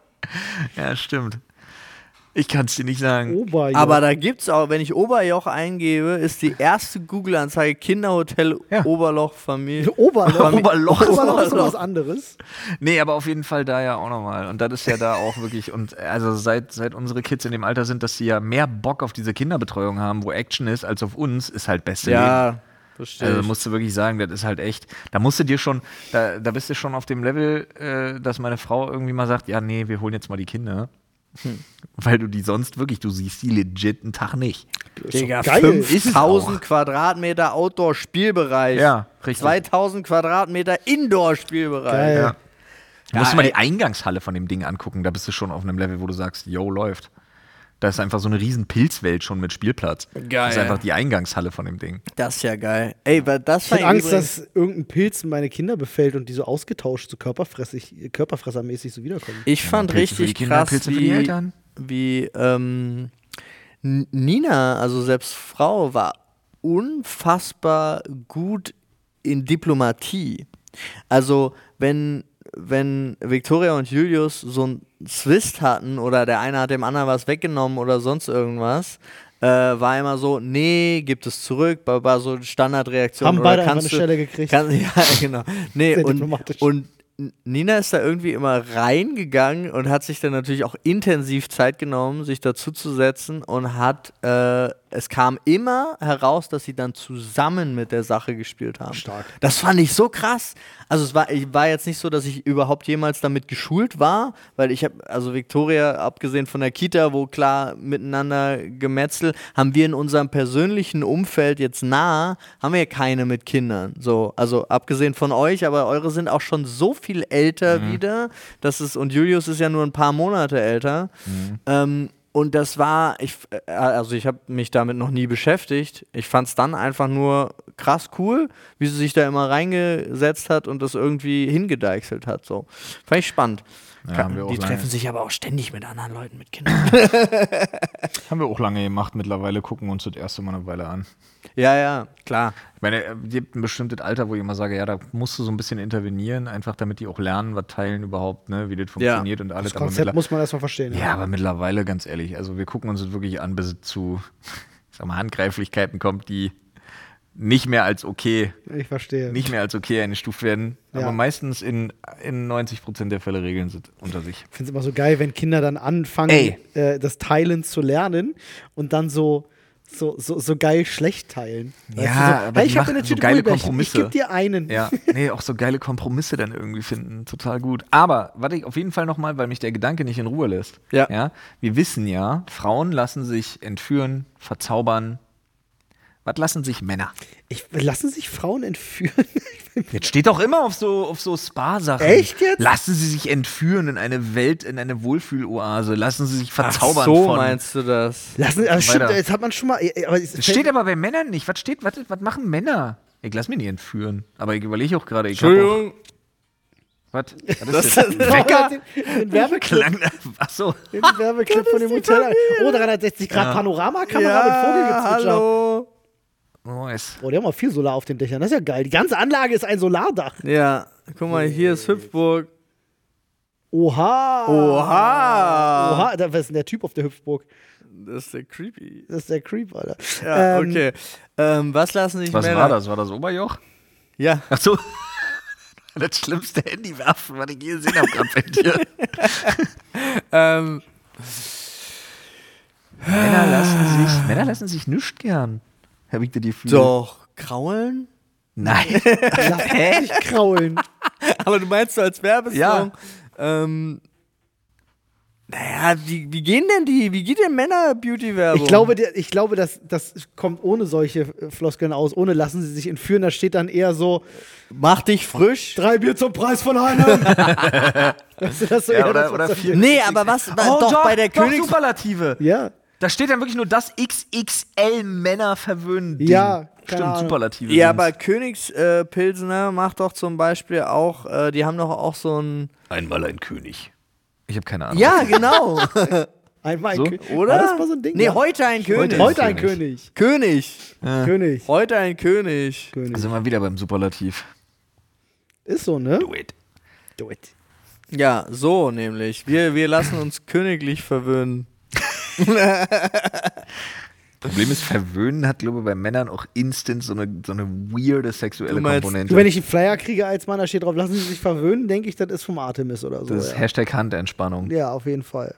Speaker 2: Ja, stimmt. Ich kann es dir nicht sagen.
Speaker 3: Oberjoch.
Speaker 1: Hm. Aber da gibt's auch, wenn ich Oberjoch eingebe, ist die erste Google-Anzeige Kinderhotel
Speaker 2: Ja.
Speaker 1: Oberloch Familie.
Speaker 2: Oberloch.
Speaker 3: Oberloch. Oberloch ist noch was
Speaker 1: Oberloch.
Speaker 3: anderes.
Speaker 2: Nee, aber auf jeden Fall da ja auch nochmal. Und das ist ja da auch wirklich, und also seit, seit unsere Kids in dem Alter sind, dass sie ja mehr Bock auf diese Kinderbetreuung haben, wo Action ist, als auf uns, ist halt beste Leben.
Speaker 1: Ja, verstehe.
Speaker 2: Also
Speaker 1: ich.
Speaker 2: musst du wirklich sagen, das ist halt echt, da musst du dir schon, da, da bist du schon auf dem Level, äh, dass meine Frau irgendwie mal sagt, ja, nee, wir holen jetzt mal die Kinder. Hm. Weil du die sonst wirklich, du siehst die legit einen Tag nicht.
Speaker 1: Digga,
Speaker 3: geil.
Speaker 2: Ist es
Speaker 1: 5000
Speaker 2: auch.
Speaker 1: Quadratmeter Outdoor-Spielbereich.
Speaker 2: Ja, richtig.
Speaker 1: 2000 Quadratmeter Indoor-Spielbereich.
Speaker 3: Geil.
Speaker 2: Ja. äh, Du
Speaker 1: Ja,
Speaker 2: musst dir mal
Speaker 1: ey.
Speaker 2: die Eingangshalle von dem Ding angucken, da bist du schon auf einem Level, wo du sagst, yo, läuft. Da ist einfach so eine riesen Pilzwelt schon mit Spielplatz.
Speaker 1: Geil.
Speaker 2: Das ist einfach die Eingangshalle von dem Ding.
Speaker 1: Das ist ja geil. Ey, weil das
Speaker 3: Ich
Speaker 1: war
Speaker 3: hätte Angst,
Speaker 1: übrigens-
Speaker 3: dass irgendein Pilz meine Kinder befällt und die so ausgetauscht, so körperfressig, körperfressermäßig so wiederkommen.
Speaker 1: Ich fand
Speaker 2: Pilze für die
Speaker 1: richtig
Speaker 2: Kinder,
Speaker 1: krass,
Speaker 2: Pilze für
Speaker 1: wie,
Speaker 2: die Eltern.
Speaker 1: wie ähm, N- Nina, also selbst Frau, war unfassbar gut in Diplomatie. Also wenn, wenn Victoria und Julius so einen Zwist hatten oder der eine hat dem anderen was weggenommen oder sonst irgendwas, äh, war immer so, nee, gibt es zurück, war, war so Standardreaktion.
Speaker 3: Haben
Speaker 1: oder
Speaker 3: beide einfach
Speaker 1: kannst
Speaker 3: eine
Speaker 1: du-
Speaker 3: Stelle gekriegt.
Speaker 1: Kann, ja, genau. Nee,
Speaker 3: Sehr
Speaker 1: und,
Speaker 3: diplomatisch.
Speaker 1: und Nina ist da irgendwie immer reingegangen und hat sich dann natürlich auch intensiv Zeit genommen, sich dazuzusetzen und hat, äh, es kam immer heraus, dass sie dann zusammen mit der Sache gespielt haben.
Speaker 3: Stark.
Speaker 1: Das fand ich so krass. Also es war, ich war jetzt nicht so, dass ich überhaupt jemals damit geschult war, weil ich habe, also Victoria, abgesehen von der Kita, wo klar miteinander Gemetzel, haben wir in unserem persönlichen Umfeld jetzt nah, haben wir keine mit Kindern. So, also abgesehen von euch, aber eure sind auch schon so viel älter
Speaker 2: Mhm.
Speaker 1: wieder. Das ist, und Julius ist ja nur ein paar Monate älter.
Speaker 2: Mhm.
Speaker 1: Ähm, und das war, ich, äh, also ich habe mich damit noch nie beschäftigt. Ich fand es dann einfach nur krass cool, wie sie sich da immer reingesetzt hat und das irgendwie hingedeichselt hat. So. Fand ich spannend.
Speaker 2: Ja,
Speaker 1: Ka-
Speaker 2: haben wir auch
Speaker 1: Die
Speaker 2: lange.
Speaker 1: treffen sich aber auch ständig mit anderen Leuten, mit Kindern.
Speaker 2: Haben wir auch lange gemacht. Mittlerweile gucken wir uns das erste Mal eine Weile an.
Speaker 1: ja, ja, klar.
Speaker 2: Ich meine, es gibt ein bestimmtes Alter, wo ich immer sage, ja, da musst du so ein bisschen intervenieren, einfach damit die auch lernen, was teilen überhaupt, ne, wie das funktioniert und alles.
Speaker 3: Das
Speaker 2: aber
Speaker 3: Konzept
Speaker 2: mittler-
Speaker 3: muss man erstmal verstehen.
Speaker 2: Ja, aber mittlerweile, ganz ehrlich, also wir gucken uns das wirklich an, bis es zu ich sag mal, Handgreiflichkeiten kommt, die nicht mehr als okay,
Speaker 3: Ich verstehe.
Speaker 2: nicht mehr als okay eingestuft werden,
Speaker 3: Ja.
Speaker 2: aber meistens in, in 90% der Fälle regeln sie es unter sich.
Speaker 3: Ich finde es immer so geil, wenn Kinder dann anfangen,
Speaker 2: Ey.
Speaker 3: äh, das Teilen zu lernen und dann so, so, so, so geil schlecht teilen. Weißt
Speaker 2: Ja,
Speaker 3: du, so,
Speaker 2: aber
Speaker 3: hey,
Speaker 2: die
Speaker 3: ich habe
Speaker 2: machen
Speaker 3: eine
Speaker 2: so
Speaker 3: Tüte
Speaker 2: geile
Speaker 3: Gummibärchen,
Speaker 2: Kompromisse.
Speaker 3: Ich gebe dir einen.
Speaker 2: Ja, nee, auch so geile Kompromisse dann irgendwie finden, total gut. Aber, warte ich auf jeden Fall nochmal, weil mich der Gedanke nicht in Ruhe lässt.
Speaker 1: Ja.
Speaker 2: ja. Wir wissen ja, Frauen lassen sich entführen, verzaubern. Was lassen sich Männer?
Speaker 3: Ich, lassen sich Frauen entführen?
Speaker 2: Jetzt steht doch immer auf so, auf so Spa-Sachen.
Speaker 3: Echt jetzt?
Speaker 2: Lassen Sie sich entführen in eine Welt, in eine Wohlfühloase. Lassen Sie sich verzaubern
Speaker 1: so
Speaker 2: von.
Speaker 1: meinst du das?
Speaker 3: lassen, aber stimmt,
Speaker 2: Weiter.
Speaker 3: jetzt hat man schon mal. äh, Aber es
Speaker 2: Das
Speaker 3: fällt-
Speaker 2: steht aber bei Männern nicht. Was steht, was, was machen Männer? Ich lass mich nicht entführen. Aber ich überlege auch gerade. ich hab auch-
Speaker 1: Entschuldigung.
Speaker 2: Was?
Speaker 1: Das
Speaker 2: Was ist das?
Speaker 1: ist-
Speaker 2: Wecker?
Speaker 3: Den, den Werbeclip,
Speaker 2: Klang, achso.
Speaker 3: den Werbeclip von dem Hotel. Oh, 360 Grad Panoramakamera mit Vogelgezwitscher.
Speaker 1: hallo.
Speaker 2: Nice.
Speaker 3: Oh, die haben auch viel Solar auf den Dächern. Das ist ja geil. Die ganze Anlage ist ein Solardach.
Speaker 1: Ja, guck mal, hier ist Hüpfburg.
Speaker 3: Oha.
Speaker 1: Oha.
Speaker 3: Oha. Da, was ist denn der Typ auf der Hüpfburg?
Speaker 1: Das ist ja creepy.
Speaker 3: Das ist der Creep, Alter.
Speaker 1: Ja,
Speaker 3: Ähm,
Speaker 1: okay. Ähm, was lassen sich
Speaker 2: Was
Speaker 1: Männer?
Speaker 2: war das? War das Oberjoch?
Speaker 1: Ja.
Speaker 2: Achso. Das schlimmste Handy werfen, was ich je gesehen habe, gerade bei dir.
Speaker 1: Ähm,
Speaker 2: Männer lassen sich, Männer lassen sich nichts gern. Hab ich dir die Gefühl.
Speaker 1: doch, kraulen?
Speaker 2: Nein.
Speaker 3: Lass dich kraulen.
Speaker 1: Aber du meinst so als Werbesong?
Speaker 2: Ja.
Speaker 1: Ähm, naja, wie, wie gehen denn die, wie geht denn Männer-Beauty-Werbung?
Speaker 3: Ich glaube, der, ich glaube das, das kommt ohne solche äh, Floskeln aus. Ohne lassen sie sich entführen. Da steht dann eher so:
Speaker 1: mach dich frisch.
Speaker 3: drei Bier zum Preis von einem. weißt du, das so
Speaker 2: Ja,
Speaker 3: eher
Speaker 2: oder,
Speaker 3: das,
Speaker 2: oder
Speaker 3: was-
Speaker 2: vier.
Speaker 1: Nee, aber was, wa- Oh, doch, bei der Königs...
Speaker 2: Oh, Superlative.
Speaker 3: Ja.
Speaker 2: Da steht dann wirklich nur das XXL Männer verwöhnen.
Speaker 3: Ja. Keine
Speaker 2: Stimmt,
Speaker 3: Ahnung.
Speaker 2: Superlative.
Speaker 1: Ja,
Speaker 2: sind's.
Speaker 1: aber Königspilsner äh, Pilsener macht doch zum Beispiel auch, äh, die haben doch auch so ein.
Speaker 2: Einmal ein König. Ich habe keine Ahnung.
Speaker 1: Ja, genau.
Speaker 3: Einmal ein
Speaker 2: So,
Speaker 3: König.
Speaker 1: Oder?
Speaker 3: War das mal so ein Ding?
Speaker 1: Nee,
Speaker 3: ja.
Speaker 1: heute ein König.
Speaker 3: Heute ein
Speaker 2: König.
Speaker 3: König.
Speaker 1: König.
Speaker 2: Ja.
Speaker 3: König.
Speaker 1: Heute ein König.
Speaker 2: Da
Speaker 3: König.
Speaker 2: Sind wir wieder beim Superlativ.
Speaker 3: Ist so, ne?
Speaker 2: Do it.
Speaker 3: Do it.
Speaker 1: Ja, so nämlich. Wir, wir lassen uns königlich verwöhnen.
Speaker 2: Problem ist, Verwöhnen hat, glaube ich, bei Männern auch instant so eine, so eine weirde sexuelle
Speaker 1: Du meinst-
Speaker 2: Komponente.
Speaker 3: Du, wenn ich einen Flyer kriege als Mann, da steht drauf, lassen Sie sich verwöhnen, denke ich, das ist vom Artemis oder so.
Speaker 2: das ist
Speaker 3: Oh ja.
Speaker 2: Hashtag Handentspannung.
Speaker 3: ja, auf jeden Fall.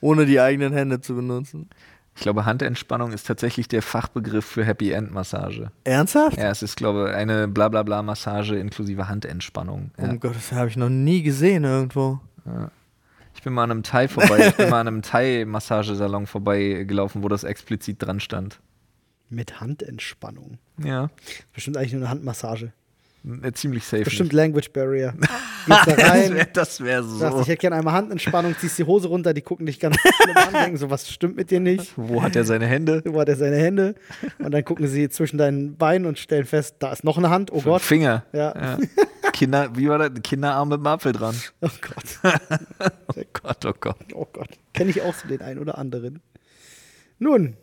Speaker 1: Ohne die eigenen Hände zu benutzen.
Speaker 2: Ich glaube, Handentspannung ist tatsächlich der Fachbegriff für Happy End Massage.
Speaker 1: Ernsthaft?
Speaker 2: Ja, es ist, glaube ich, eine Blablabla-Massage inklusive Handentspannung. Ja.
Speaker 1: Um Gottes Willen, habe ich noch nie gesehen irgendwo.
Speaker 2: Ich bin mal an einem Thai vorbei, ich bin mal an einem Thai-Massagesalon vorbeigelaufen, wo das explizit dran stand.
Speaker 3: Mit Handentspannung.
Speaker 2: Ja.
Speaker 3: Bestimmt eigentlich nur eine Handmassage.
Speaker 2: Äh, Ziemlich safe.
Speaker 3: Bestimmt Language Barrier. Gehst da
Speaker 2: Das wäre
Speaker 3: rein,
Speaker 2: das wär
Speaker 3: sagst,
Speaker 2: so.
Speaker 3: ich hätte gerne einmal Handentspannung, ziehst die Hose runter, die gucken dich ganz schlimm an, denken so, was stimmt mit dir nicht?
Speaker 2: Wo hat er seine Hände?
Speaker 3: Wo hat er seine Hände? Und dann gucken sie zwischen deinen Beinen und stellen fest, da ist noch eine Hand, oh
Speaker 2: Gott.
Speaker 3: Gott.
Speaker 2: Finger.
Speaker 3: Ja.
Speaker 2: Kinder, wie war das? Kinderarm mit dem Apfel dran.
Speaker 3: Oh Gott.
Speaker 2: Oh Gott, oh Gott.
Speaker 3: Oh Gott, kenne ich auch so den einen oder anderen. Nun,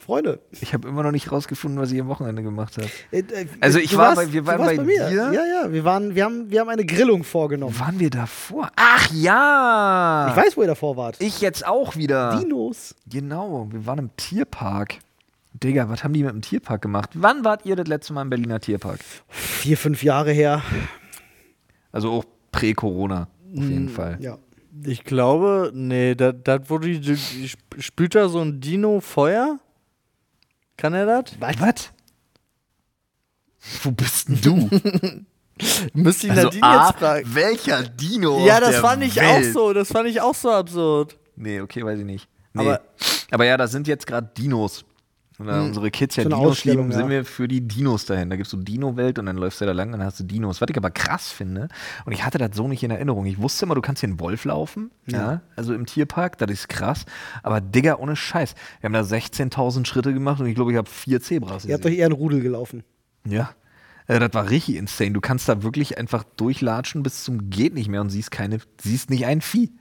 Speaker 3: Freunde.
Speaker 2: Ich habe immer noch nicht rausgefunden, was ich am Wochenende gemacht habe.
Speaker 3: äh, äh,
Speaker 2: Also ich
Speaker 3: du
Speaker 2: war
Speaker 3: warst-
Speaker 2: bei- wir
Speaker 3: du
Speaker 2: waren
Speaker 3: warst
Speaker 2: bei
Speaker 3: mir.
Speaker 2: dir.
Speaker 3: Ja, ja, wir, waren, wir, haben, wir haben eine Grillung vorgenommen.
Speaker 2: Waren wir davor? Ach ja!
Speaker 3: Oh. Ich weiß, wo ihr davor wart.
Speaker 2: Ich jetzt auch wieder.
Speaker 3: Dinos.
Speaker 2: Genau, wir waren im Tierpark. Digga, was haben die mit dem Tierpark gemacht? Wann wart ihr das letzte Mal im Berliner Tierpark?
Speaker 3: Vier, fünf Jahre her.
Speaker 2: Also auch prä-Corona, auf jeden Fall.
Speaker 3: Ja.
Speaker 1: Ich glaube, nee, das wurde die, die, die sp- spült da so ein Dino Feuer? Kann er das?
Speaker 2: Was? Wo bist denn du?
Speaker 1: Müsste ich Nadine jetzt fragen.
Speaker 2: welcher Dino?
Speaker 1: Ja,
Speaker 2: Also
Speaker 1: das
Speaker 2: auf der
Speaker 1: fand ich
Speaker 2: Welt?
Speaker 1: auch so, das fand ich auch so absurd.
Speaker 2: Nee, okay, weiß ich nicht. Nee. Aber,
Speaker 1: Aber-
Speaker 2: ja, da sind jetzt gerade Dinos. Und da unsere Kids ja
Speaker 3: Hm, So eine
Speaker 2: Dinos
Speaker 3: Ausstellung,
Speaker 2: lieben, sind
Speaker 3: ja.
Speaker 2: wir für die Dinos dahin. Da gibt es so Dino-Welt und dann läufst du da lang und dann hast du Dinos. Was ich aber krass finde, und ich hatte das so nicht in Erinnerung. Ich wusste immer, du kannst hier einen Wolf laufen, ja. also im Tierpark, das ist krass. Aber Digga, ohne Scheiß. Wir haben da 16.000 Schritte gemacht und ich glaube, ich habe vier Zebras.
Speaker 3: Ihr habt
Speaker 2: gesehen.
Speaker 3: euch eher einen Rudel gelaufen.
Speaker 2: Ja. Äh, Das war richtig insane. Du kannst da wirklich einfach durchlatschen bis zum geht nicht mehr und siehst keine, siehst nicht ein Vieh.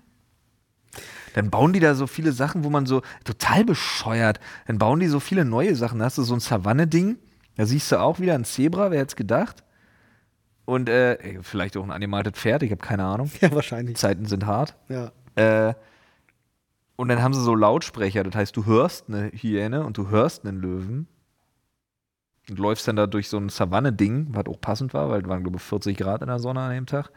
Speaker 2: Dann bauen die da so viele Sachen, wo man so total bescheuert. Dann bauen die so viele neue Sachen. Da hast du so ein Savanne-Ding. Da siehst du auch wieder ein Zebra, wer hätte gedacht? Und äh, ey, vielleicht auch ein animiertes Pferd, ich habe keine Ahnung.
Speaker 3: Ja, wahrscheinlich.
Speaker 2: Zeiten sind hart.
Speaker 3: Ja.
Speaker 2: Äh, und dann haben sie so Lautsprecher, das heißt, du hörst eine Hyäne und du hörst einen Löwen. Und läufst dann da durch so ein Savanne-Ding, was auch passend war, weil es waren, glaube ich, 40 Grad in der Sonne an dem Tag.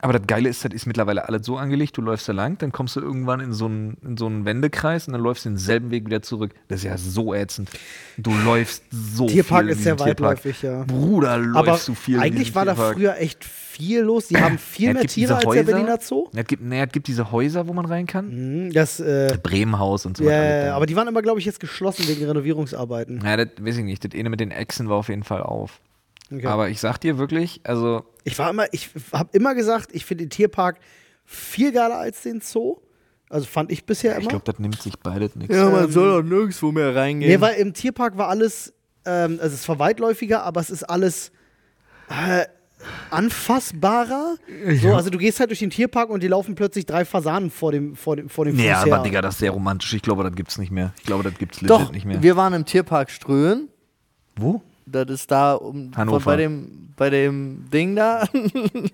Speaker 2: Aber das Geile ist, das ist mittlerweile alles so angelegt, du läufst da lang, dann kommst du irgendwann in so einen, in so einen Wendekreis und dann läufst du denselben Weg wieder zurück. Das ist ja so ätzend. Du läufst so
Speaker 3: Tierpark
Speaker 2: viel in
Speaker 3: ist sehr
Speaker 2: diesem Tierpark.
Speaker 3: weitläufig, ja.
Speaker 2: Bruder, läufst
Speaker 3: Aber
Speaker 2: du viel in
Speaker 3: eigentlich
Speaker 2: diesem
Speaker 3: war da
Speaker 2: Tierpark.
Speaker 3: früher echt viel los. Die haben viel
Speaker 2: Ja,
Speaker 3: mehr
Speaker 2: es gibt diese
Speaker 3: Tiere als der
Speaker 2: Häuser.
Speaker 3: Berliner Zoo.
Speaker 2: Ja, Es gibt, nee, es gibt diese Häuser, wo man rein kann.
Speaker 3: Mhm, Das, äh,
Speaker 2: Bremenhaus und so
Speaker 3: ja,
Speaker 2: weiter.
Speaker 3: aber die waren immer, glaube ich, jetzt geschlossen wegen Renovierungsarbeiten.
Speaker 2: Ja, das weiß ich nicht. Das eine mit den Echsen war auf jeden Fall auf.
Speaker 3: Okay.
Speaker 2: Aber ich sag dir wirklich, also
Speaker 3: Ich war immer, ich habe immer gesagt, ich finde den Tierpark viel geiler als den Zoo. Also fand ich bisher immer.
Speaker 2: ich glaube, das nimmt sich beides nichts.
Speaker 1: Ja, man soll doch nirgendwo mehr reingehen.
Speaker 3: Nee, weil im Tierpark war alles, ähm, also es war weitläufiger, aber es ist alles äh, anfassbarer. So, also du gehst halt durch den Tierpark und die laufen plötzlich drei Fasanen vor dem, vor dem, vor dem Fuß
Speaker 2: Ja,
Speaker 3: her.
Speaker 2: aber Digga, das ist sehr romantisch. Ich glaube, das gibt's nicht mehr. Ich glaube, das gibt's legit
Speaker 1: doch,
Speaker 2: nicht mehr.
Speaker 1: wir waren im Tierpark Ströhen.
Speaker 2: Wo?
Speaker 1: Das ist da um,
Speaker 2: Hannover.
Speaker 1: von bei dem bei dem Ding da.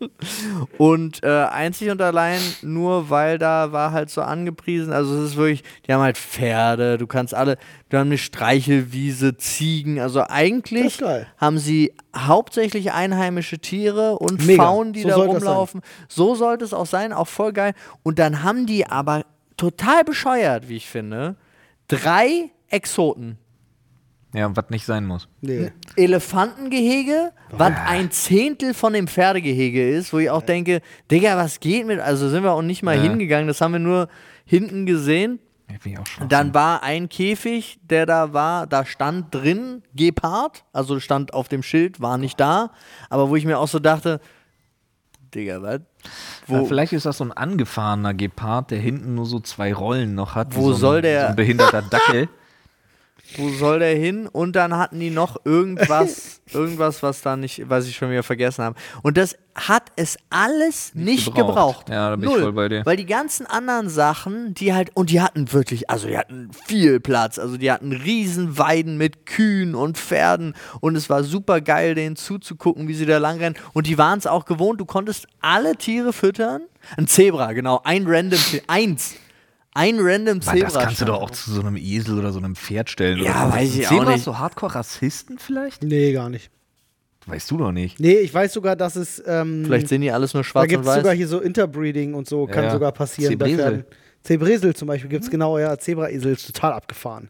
Speaker 1: und äh, einzig und allein nur, weil da war halt so angepriesen. Also es ist wirklich, die haben halt Pferde, du kannst alle, die haben eine Streichelwiese, Ziegen. Also
Speaker 3: Das ist
Speaker 1: eigentlich
Speaker 3: geil.
Speaker 1: haben sie hauptsächlich einheimische Tiere und
Speaker 3: Mega.
Speaker 1: Faunen, die
Speaker 3: So
Speaker 1: da
Speaker 3: sollte das sein.
Speaker 1: rumlaufen. So sollte es auch sein, auch voll geil. Und dann haben die aber total bescheuert, wie ich finde, drei Exoten.
Speaker 2: Ja, was nicht sein muss.
Speaker 3: Nee.
Speaker 1: Elefantengehege, was
Speaker 2: Ah.
Speaker 1: ein Zehntel von dem Pferdegehege ist, wo ich auch denke, Digga, was geht mit? Also sind wir auch nicht mal
Speaker 2: Ja.
Speaker 1: hingegangen, das haben wir nur hinten gesehen.
Speaker 2: Ich bin auch schon.
Speaker 1: Dann war ein Käfig, der da war, da stand drin Gepard, also stand auf dem Schild, war nicht da, aber wo ich mir auch so dachte, Digga, was?
Speaker 2: ja,
Speaker 1: Wo,
Speaker 2: vielleicht ist das so ein angefahrener Gepard, der hinten nur so zwei Rollen noch hat. wie
Speaker 1: Wo
Speaker 2: so ein,
Speaker 1: soll der-
Speaker 2: So ein behinderter Dackel.
Speaker 1: Wo soll der hin? Und dann hatten die noch irgendwas, irgendwas, was da nicht, was ich schon wieder vergessen habe. Und das hat es alles nicht, gebraucht.
Speaker 2: gebraucht. Ja, da bin ich voll bei dir.
Speaker 1: Weil die ganzen anderen Sachen, die halt, und die hatten wirklich, also die hatten viel Platz. Also die hatten riesen Weiden mit Kühen und Pferden und es war super geil, denen zuzugucken, wie sie da langrennen. Und die waren es auch gewohnt, du konntest alle Tiere füttern. Ein Zebra, genau, ein random Tier, eins. Ein random
Speaker 2: Mann,
Speaker 1: Zebra.
Speaker 2: das kannst du doch auch zu so einem Esel oder so einem Pferd stellen.
Speaker 1: Ja,
Speaker 2: oder so.
Speaker 1: weiß
Speaker 2: Sind
Speaker 1: ich auch
Speaker 2: Zebras
Speaker 1: nicht.
Speaker 2: so Hardcore-Rassisten vielleicht?
Speaker 3: Nee, gar nicht.
Speaker 2: Weißt du doch nicht.
Speaker 3: Nee, ich weiß sogar, dass es. Ähm,
Speaker 1: Vielleicht sehen die alles nur
Speaker 3: da
Speaker 1: schwarz
Speaker 3: gibt
Speaker 1: und
Speaker 3: es sogar
Speaker 1: weiß.
Speaker 3: hier so Interbreeding und so, kann
Speaker 2: Ja.
Speaker 3: sogar passieren.
Speaker 2: Zebresel. Hm.
Speaker 3: bei Pferden. Zebresel zum Beispiel gibt es genau, ja, Zebraesel ist total abgefahren.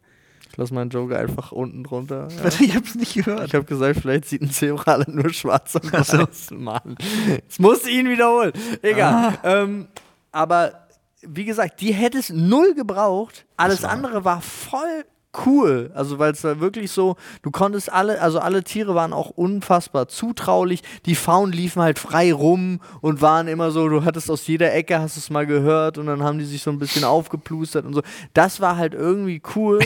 Speaker 1: Ich lass meinen Joker einfach unten drunter. Ja.
Speaker 2: Ich hab's nicht gehört.
Speaker 1: Ich habe gesagt, vielleicht sieht ein Zebra alle nur schwarz und weiß. Mann, jetzt muss ich ihn wiederholen. Egal. Ähm, aber wie gesagt, die hätte es null gebraucht. Alles andere war voll cool. Also weil es war wirklich so, du konntest alle, also alle Tiere waren auch unfassbar zutraulich. Die Faunen liefen halt frei rum und waren immer so, du hattest aus jeder Ecke, hast es mal gehört und dann haben die sich so ein bisschen aufgeplustert und so. Das war halt irgendwie cool.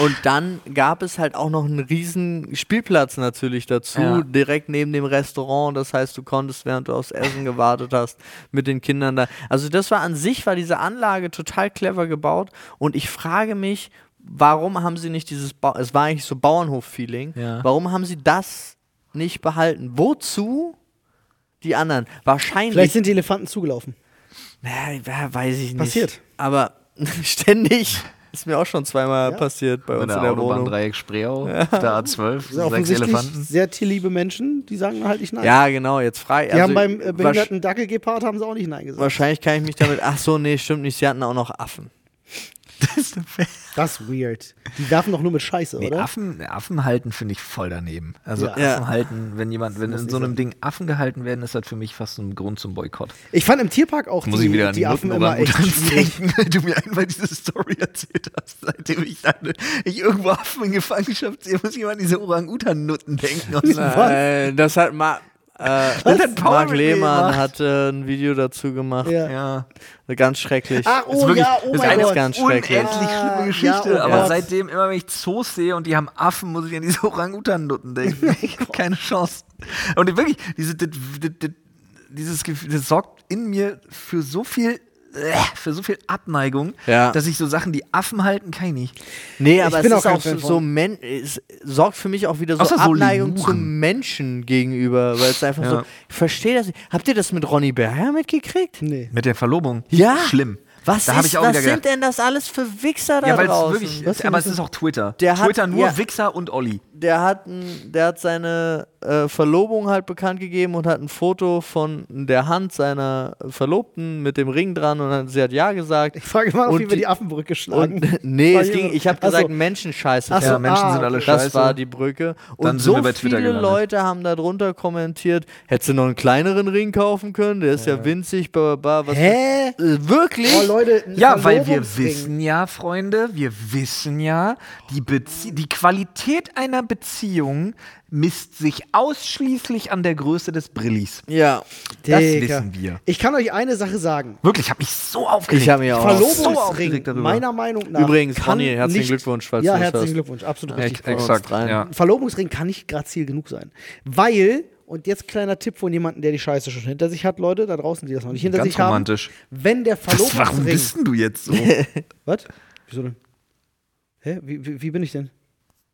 Speaker 1: Und dann gab es halt auch noch einen riesen Spielplatz natürlich dazu,
Speaker 2: Ja.
Speaker 1: direkt neben dem Restaurant. Das heißt, du konntest, während du aufs Essen gewartet hast, mit den Kindern da. Also das war an sich, war diese Anlage total clever gebaut. Und ich frage mich, warum haben sie nicht dieses, ba es war eigentlich so Bauernhof-Feeling,
Speaker 2: Ja.
Speaker 1: warum haben sie das nicht behalten? Wozu die anderen? Wahrscheinlich.
Speaker 3: Vielleicht sind die Elefanten zugelaufen.
Speaker 1: Naja, ja, weiß ich nicht.
Speaker 3: Passiert.
Speaker 1: Aber ständig. Ist mir auch schon zweimal
Speaker 3: Ja.
Speaker 1: passiert bei
Speaker 2: Bei
Speaker 1: uns
Speaker 2: der,
Speaker 1: in der Wohnung.
Speaker 2: Autobahn-Dreieck Spreeau, auf der
Speaker 3: Das sind
Speaker 2: A12, sechs
Speaker 3: offensichtlich
Speaker 2: Elefanten.
Speaker 3: sehr tierliebe Menschen, die sagen halt nicht nein.
Speaker 1: Ja, genau, jetzt frei.
Speaker 3: die haben beim äh, behinderten Dackelgepard haben sie auch nicht nein gesagt.
Speaker 1: Wahrscheinlich kann ich mich damit. Ach so, nee, stimmt nicht. Sie hatten auch noch Affen.
Speaker 3: Das ist weird. Die werfen doch nur mit Scheiße,
Speaker 2: Nee,
Speaker 3: oder?
Speaker 2: Affen, Affen halten finde ich voll daneben. Also
Speaker 3: Ja.
Speaker 2: Affen
Speaker 1: Ja.
Speaker 2: halten, wenn jemand, wenn
Speaker 3: muss
Speaker 2: in
Speaker 3: nicht
Speaker 2: so einem
Speaker 3: sein.
Speaker 2: Ding Affen gehalten werden, ist das für mich fast ein Grund zum Boykott.
Speaker 3: Ich fand im Tierpark auch die, die Affen immer echt schwierig.
Speaker 2: denken, weil du mir einmal diese Story erzählt hast, seitdem ich dachte, ich irgendwo Affen in Gefangenschaft sehe, muss ich immer an diese Orang-Utan-Nutten denken. Und so.
Speaker 1: Nein, das hat Ma äh,
Speaker 2: hat Paul
Speaker 1: Mark
Speaker 2: mit mir
Speaker 1: Lehmann
Speaker 2: gemacht?
Speaker 1: hat äh, ein Video dazu gemacht. Äh,
Speaker 3: Ja.
Speaker 2: Ja.
Speaker 1: Ganz schrecklich.
Speaker 3: Ah,
Speaker 2: Ist
Speaker 3: oh ja, oh
Speaker 2: ist
Speaker 3: mein
Speaker 2: eine
Speaker 1: alles
Speaker 3: Gott.
Speaker 1: ganz schrecklich.
Speaker 2: unendlich schlimme
Speaker 3: Ah,
Speaker 2: Geschichte.
Speaker 3: ja, oh
Speaker 2: aber
Speaker 3: Gott.
Speaker 2: seitdem, immer wenn ich Zoos sehe und die haben Affen, muss ich an diese Orang-Utan-Nutten denken. Ich habe keine Chance. Und wirklich, diese, das, das, das, dieses Gefühl, das sorgt in mir für so viel äh, für so viel Abneigung,
Speaker 1: Ja.
Speaker 2: dass ich so Sachen, die Affen halten, kann ich nicht.
Speaker 1: Nee,
Speaker 3: Ich
Speaker 1: aber es
Speaker 3: bin auch
Speaker 1: ist
Speaker 3: kein
Speaker 1: auch so,
Speaker 3: Fan von.
Speaker 1: so men es sorgt für mich auch wieder so
Speaker 2: Außer so
Speaker 1: Abneigung
Speaker 2: Lemuren.
Speaker 1: zum Menschen gegenüber, weil es einfach so.
Speaker 2: Ja.
Speaker 1: Ich verstehe das nicht. Habt ihr das mit Ronny Berger mitgekriegt?
Speaker 3: Nee.
Speaker 2: Mit der Verlobung.
Speaker 1: Ja.
Speaker 2: Schlimm.
Speaker 1: Was,
Speaker 2: da hab
Speaker 1: ist,
Speaker 2: ich auch
Speaker 1: was
Speaker 2: wieder
Speaker 1: sind
Speaker 2: gedacht.
Speaker 1: denn das alles für Wichser da
Speaker 2: Ja, weil es
Speaker 1: draußen?
Speaker 2: wirklich,
Speaker 3: Was für
Speaker 2: aber es
Speaker 3: Wichser?
Speaker 2: ist auch Twitter.
Speaker 1: Der hat-
Speaker 2: Twitter nur
Speaker 1: ja.
Speaker 2: Wichser und Olli.
Speaker 1: der hat, ein, der hat seine äh, Verlobung halt bekannt gegeben und hat ein Foto von der Hand seiner Verlobten mit dem Ring dran und hat, sie hat ja gesagt.
Speaker 3: Ich frage mal, auf,
Speaker 1: Und
Speaker 3: wie wir
Speaker 1: die-
Speaker 3: die Affenbrücke schlagen.
Speaker 1: Und, nee,
Speaker 3: War
Speaker 1: es ging,
Speaker 3: jemand-
Speaker 1: ich habe
Speaker 3: Ach so.
Speaker 1: gesagt, Menschenscheiße.
Speaker 3: Ach so,
Speaker 2: Ja, Menschen
Speaker 3: ah,
Speaker 2: sind alle
Speaker 3: okay.
Speaker 1: das
Speaker 2: scheiße.
Speaker 1: war die Brücke. Und
Speaker 2: Dann sind
Speaker 1: so
Speaker 2: wir bei Twitter
Speaker 1: viele
Speaker 2: gelandet.
Speaker 1: Leute haben da drunter kommentiert, hättest du noch einen kleineren Ring kaufen können, der ist ja, winzig, bla, bla, bla. Was
Speaker 3: Hä?
Speaker 1: Äh, wirklich?
Speaker 3: Oh, Leute, ein
Speaker 2: Ja, weil wir
Speaker 3: Verlobungsring.
Speaker 2: wissen ja, Freunde, wir wissen ja, die, Bezie die Qualität einer Beziehung misst sich ausschließlich an der Größe des Brillis.
Speaker 1: ja.
Speaker 2: Das
Speaker 3: Digga.
Speaker 2: wissen wir.
Speaker 3: Ich kann euch eine Sache sagen.
Speaker 2: Wirklich, ich habe mich so aufgeregt.
Speaker 1: Ich hab mich auch.
Speaker 2: so
Speaker 3: Verlobungsring,
Speaker 2: aufgeregt darüber.
Speaker 3: meiner Meinung nach.
Speaker 1: Übrigens,
Speaker 3: kann
Speaker 1: Ronny, herzlichen
Speaker 3: nicht,
Speaker 1: Glückwunsch, falls
Speaker 3: Ja,
Speaker 1: du das
Speaker 3: herzlichen
Speaker 1: hörst.
Speaker 3: Glückwunsch, absolut
Speaker 2: Ex-
Speaker 3: richtig.
Speaker 2: exakt,
Speaker 1: rein.
Speaker 2: ja.
Speaker 3: Verlobungsring kann nicht grazil genug sein. Weil, und jetzt kleiner Tipp von jemandem, der die Scheiße schon hinter sich hat, Leute, da draußen, die das noch nicht hinter
Speaker 2: Ganz
Speaker 3: sich haben.
Speaker 2: romantisch.
Speaker 3: Wenn der
Speaker 2: Was, warum
Speaker 3: Verlobungsring.
Speaker 2: bist denn du jetzt so?
Speaker 3: Was? Wieso denn? Hä? Wie, wie, wie bin ich denn?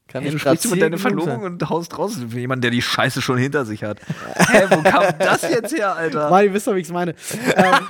Speaker 1: Kann
Speaker 2: Hey, du
Speaker 1: nicht
Speaker 2: sprichst
Speaker 1: grazil
Speaker 2: über deine
Speaker 1: genug
Speaker 2: Verlobung
Speaker 1: sein.
Speaker 2: und haust raus für jemanden, der die Scheiße schon hinter sich hat. Hä, wo kam das jetzt her, Alter?
Speaker 3: Mari, wisst doch, wie ich es meine. Ähm,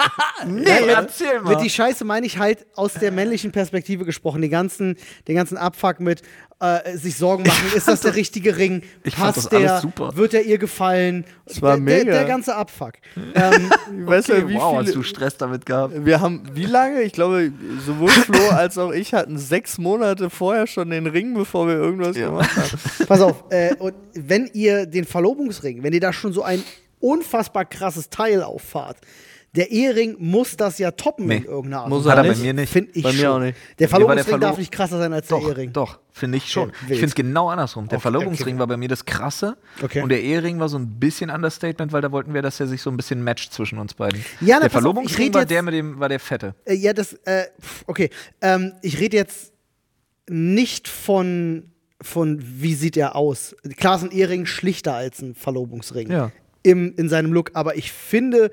Speaker 2: Nee,
Speaker 3: nein, mit-
Speaker 2: erzähl mal.
Speaker 3: Mit die Scheiße meine ich halt aus der männlichen Perspektive gesprochen. Den ganzen, den ganzen Abfuck mit äh, sich Sorgen machen. Ist das der richtige Ring?
Speaker 2: ich fand
Speaker 3: Passt
Speaker 2: das alles
Speaker 3: der?
Speaker 2: super.
Speaker 3: Wird er ihr gefallen? Das
Speaker 1: war
Speaker 3: der,
Speaker 1: mega.
Speaker 3: Der, der ganze Abfuck. ähm,
Speaker 1: Weißt du, wie
Speaker 2: wow,
Speaker 1: viele,
Speaker 2: hast du Stress damit gehabt?
Speaker 1: Wir haben, wie lange? Ich glaube, sowohl Flo als auch ich hatten sechs Monate vorher schon den Ring, bevor wir irgendwas gemacht haben.
Speaker 3: pass auf. Äh, und wenn ihr den Verlobungsring, wenn ihr da schon so ein unfassbar krasses Teil auffahrt, der Ehering muss das ja toppen
Speaker 2: Nee,
Speaker 3: in irgendeiner Art.
Speaker 1: muss
Speaker 3: und
Speaker 1: er
Speaker 3: Weise.
Speaker 2: bei mir nicht.
Speaker 3: Find ich
Speaker 1: Bei mir
Speaker 3: schon.
Speaker 1: auch nicht.
Speaker 2: Mir
Speaker 3: Der
Speaker 2: war der
Speaker 3: Verlobungsring darf
Speaker 2: Verlo-
Speaker 3: nicht krasser sein als der Ehering.
Speaker 2: Doch, finde ich schon.
Speaker 3: Okay,
Speaker 2: ich
Speaker 3: wild.
Speaker 2: finde es genau andersrum. Der
Speaker 3: Okay,
Speaker 2: Verlobungsring
Speaker 3: okay.
Speaker 2: war bei mir das Krasse
Speaker 3: Okay.
Speaker 2: und der Ehering war so ein bisschen Understatement, weil da wollten wir, dass er sich so ein bisschen matcht zwischen uns beiden.
Speaker 3: Ja,
Speaker 2: der
Speaker 3: na, pass auf, ich
Speaker 2: Verlobungsring
Speaker 3: red
Speaker 2: war
Speaker 3: jetzt-
Speaker 2: der mit dem, war der Fette.
Speaker 3: Äh, ja, das, äh, pf, okay. Ähm, ich rede jetzt nicht von, von wie sieht er aus. Klar ist ein Ehering schlichter als ein Verlobungsring
Speaker 2: Ja.
Speaker 3: im, in seinem Look, aber ich finde,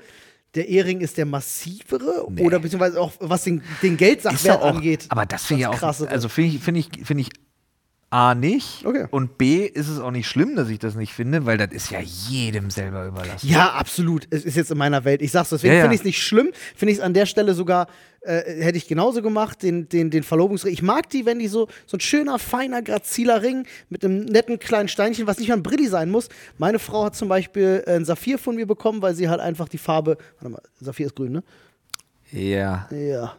Speaker 3: der Ehering ist der massivere oder beziehungsweise auch was den, den
Speaker 2: Ist ja
Speaker 3: Geldsachwert
Speaker 2: auch,
Speaker 3: angeht.
Speaker 2: aber das finde ich
Speaker 3: das
Speaker 2: auch,
Speaker 3: Krassere.
Speaker 2: also finde ich, finde ich, finde ich A nicht
Speaker 3: Okay.
Speaker 2: und B ist es auch nicht schlimm, dass ich das nicht finde, weil das ist ja jedem selber überlassen.
Speaker 3: Ja, absolut. Es ist jetzt in meiner Welt. Ich sag's deswegen
Speaker 2: Ja, ja.
Speaker 3: finde ich es nicht schlimm. Finde ich es an der Stelle sogar, äh, hätte ich genauso gemacht, den, den, den Verlobungsring. Ich mag die, wenn die so, so ein schöner, feiner, graziler Ring mit einem netten kleinen Steinchen, was nicht mal ein Brilli sein muss. Meine Frau hat zum Beispiel äh, einen Saphir von mir bekommen, weil sie halt einfach die Farbe. Warte mal, Saphir ist grün, ne?
Speaker 2: Ja.
Speaker 3: Ja.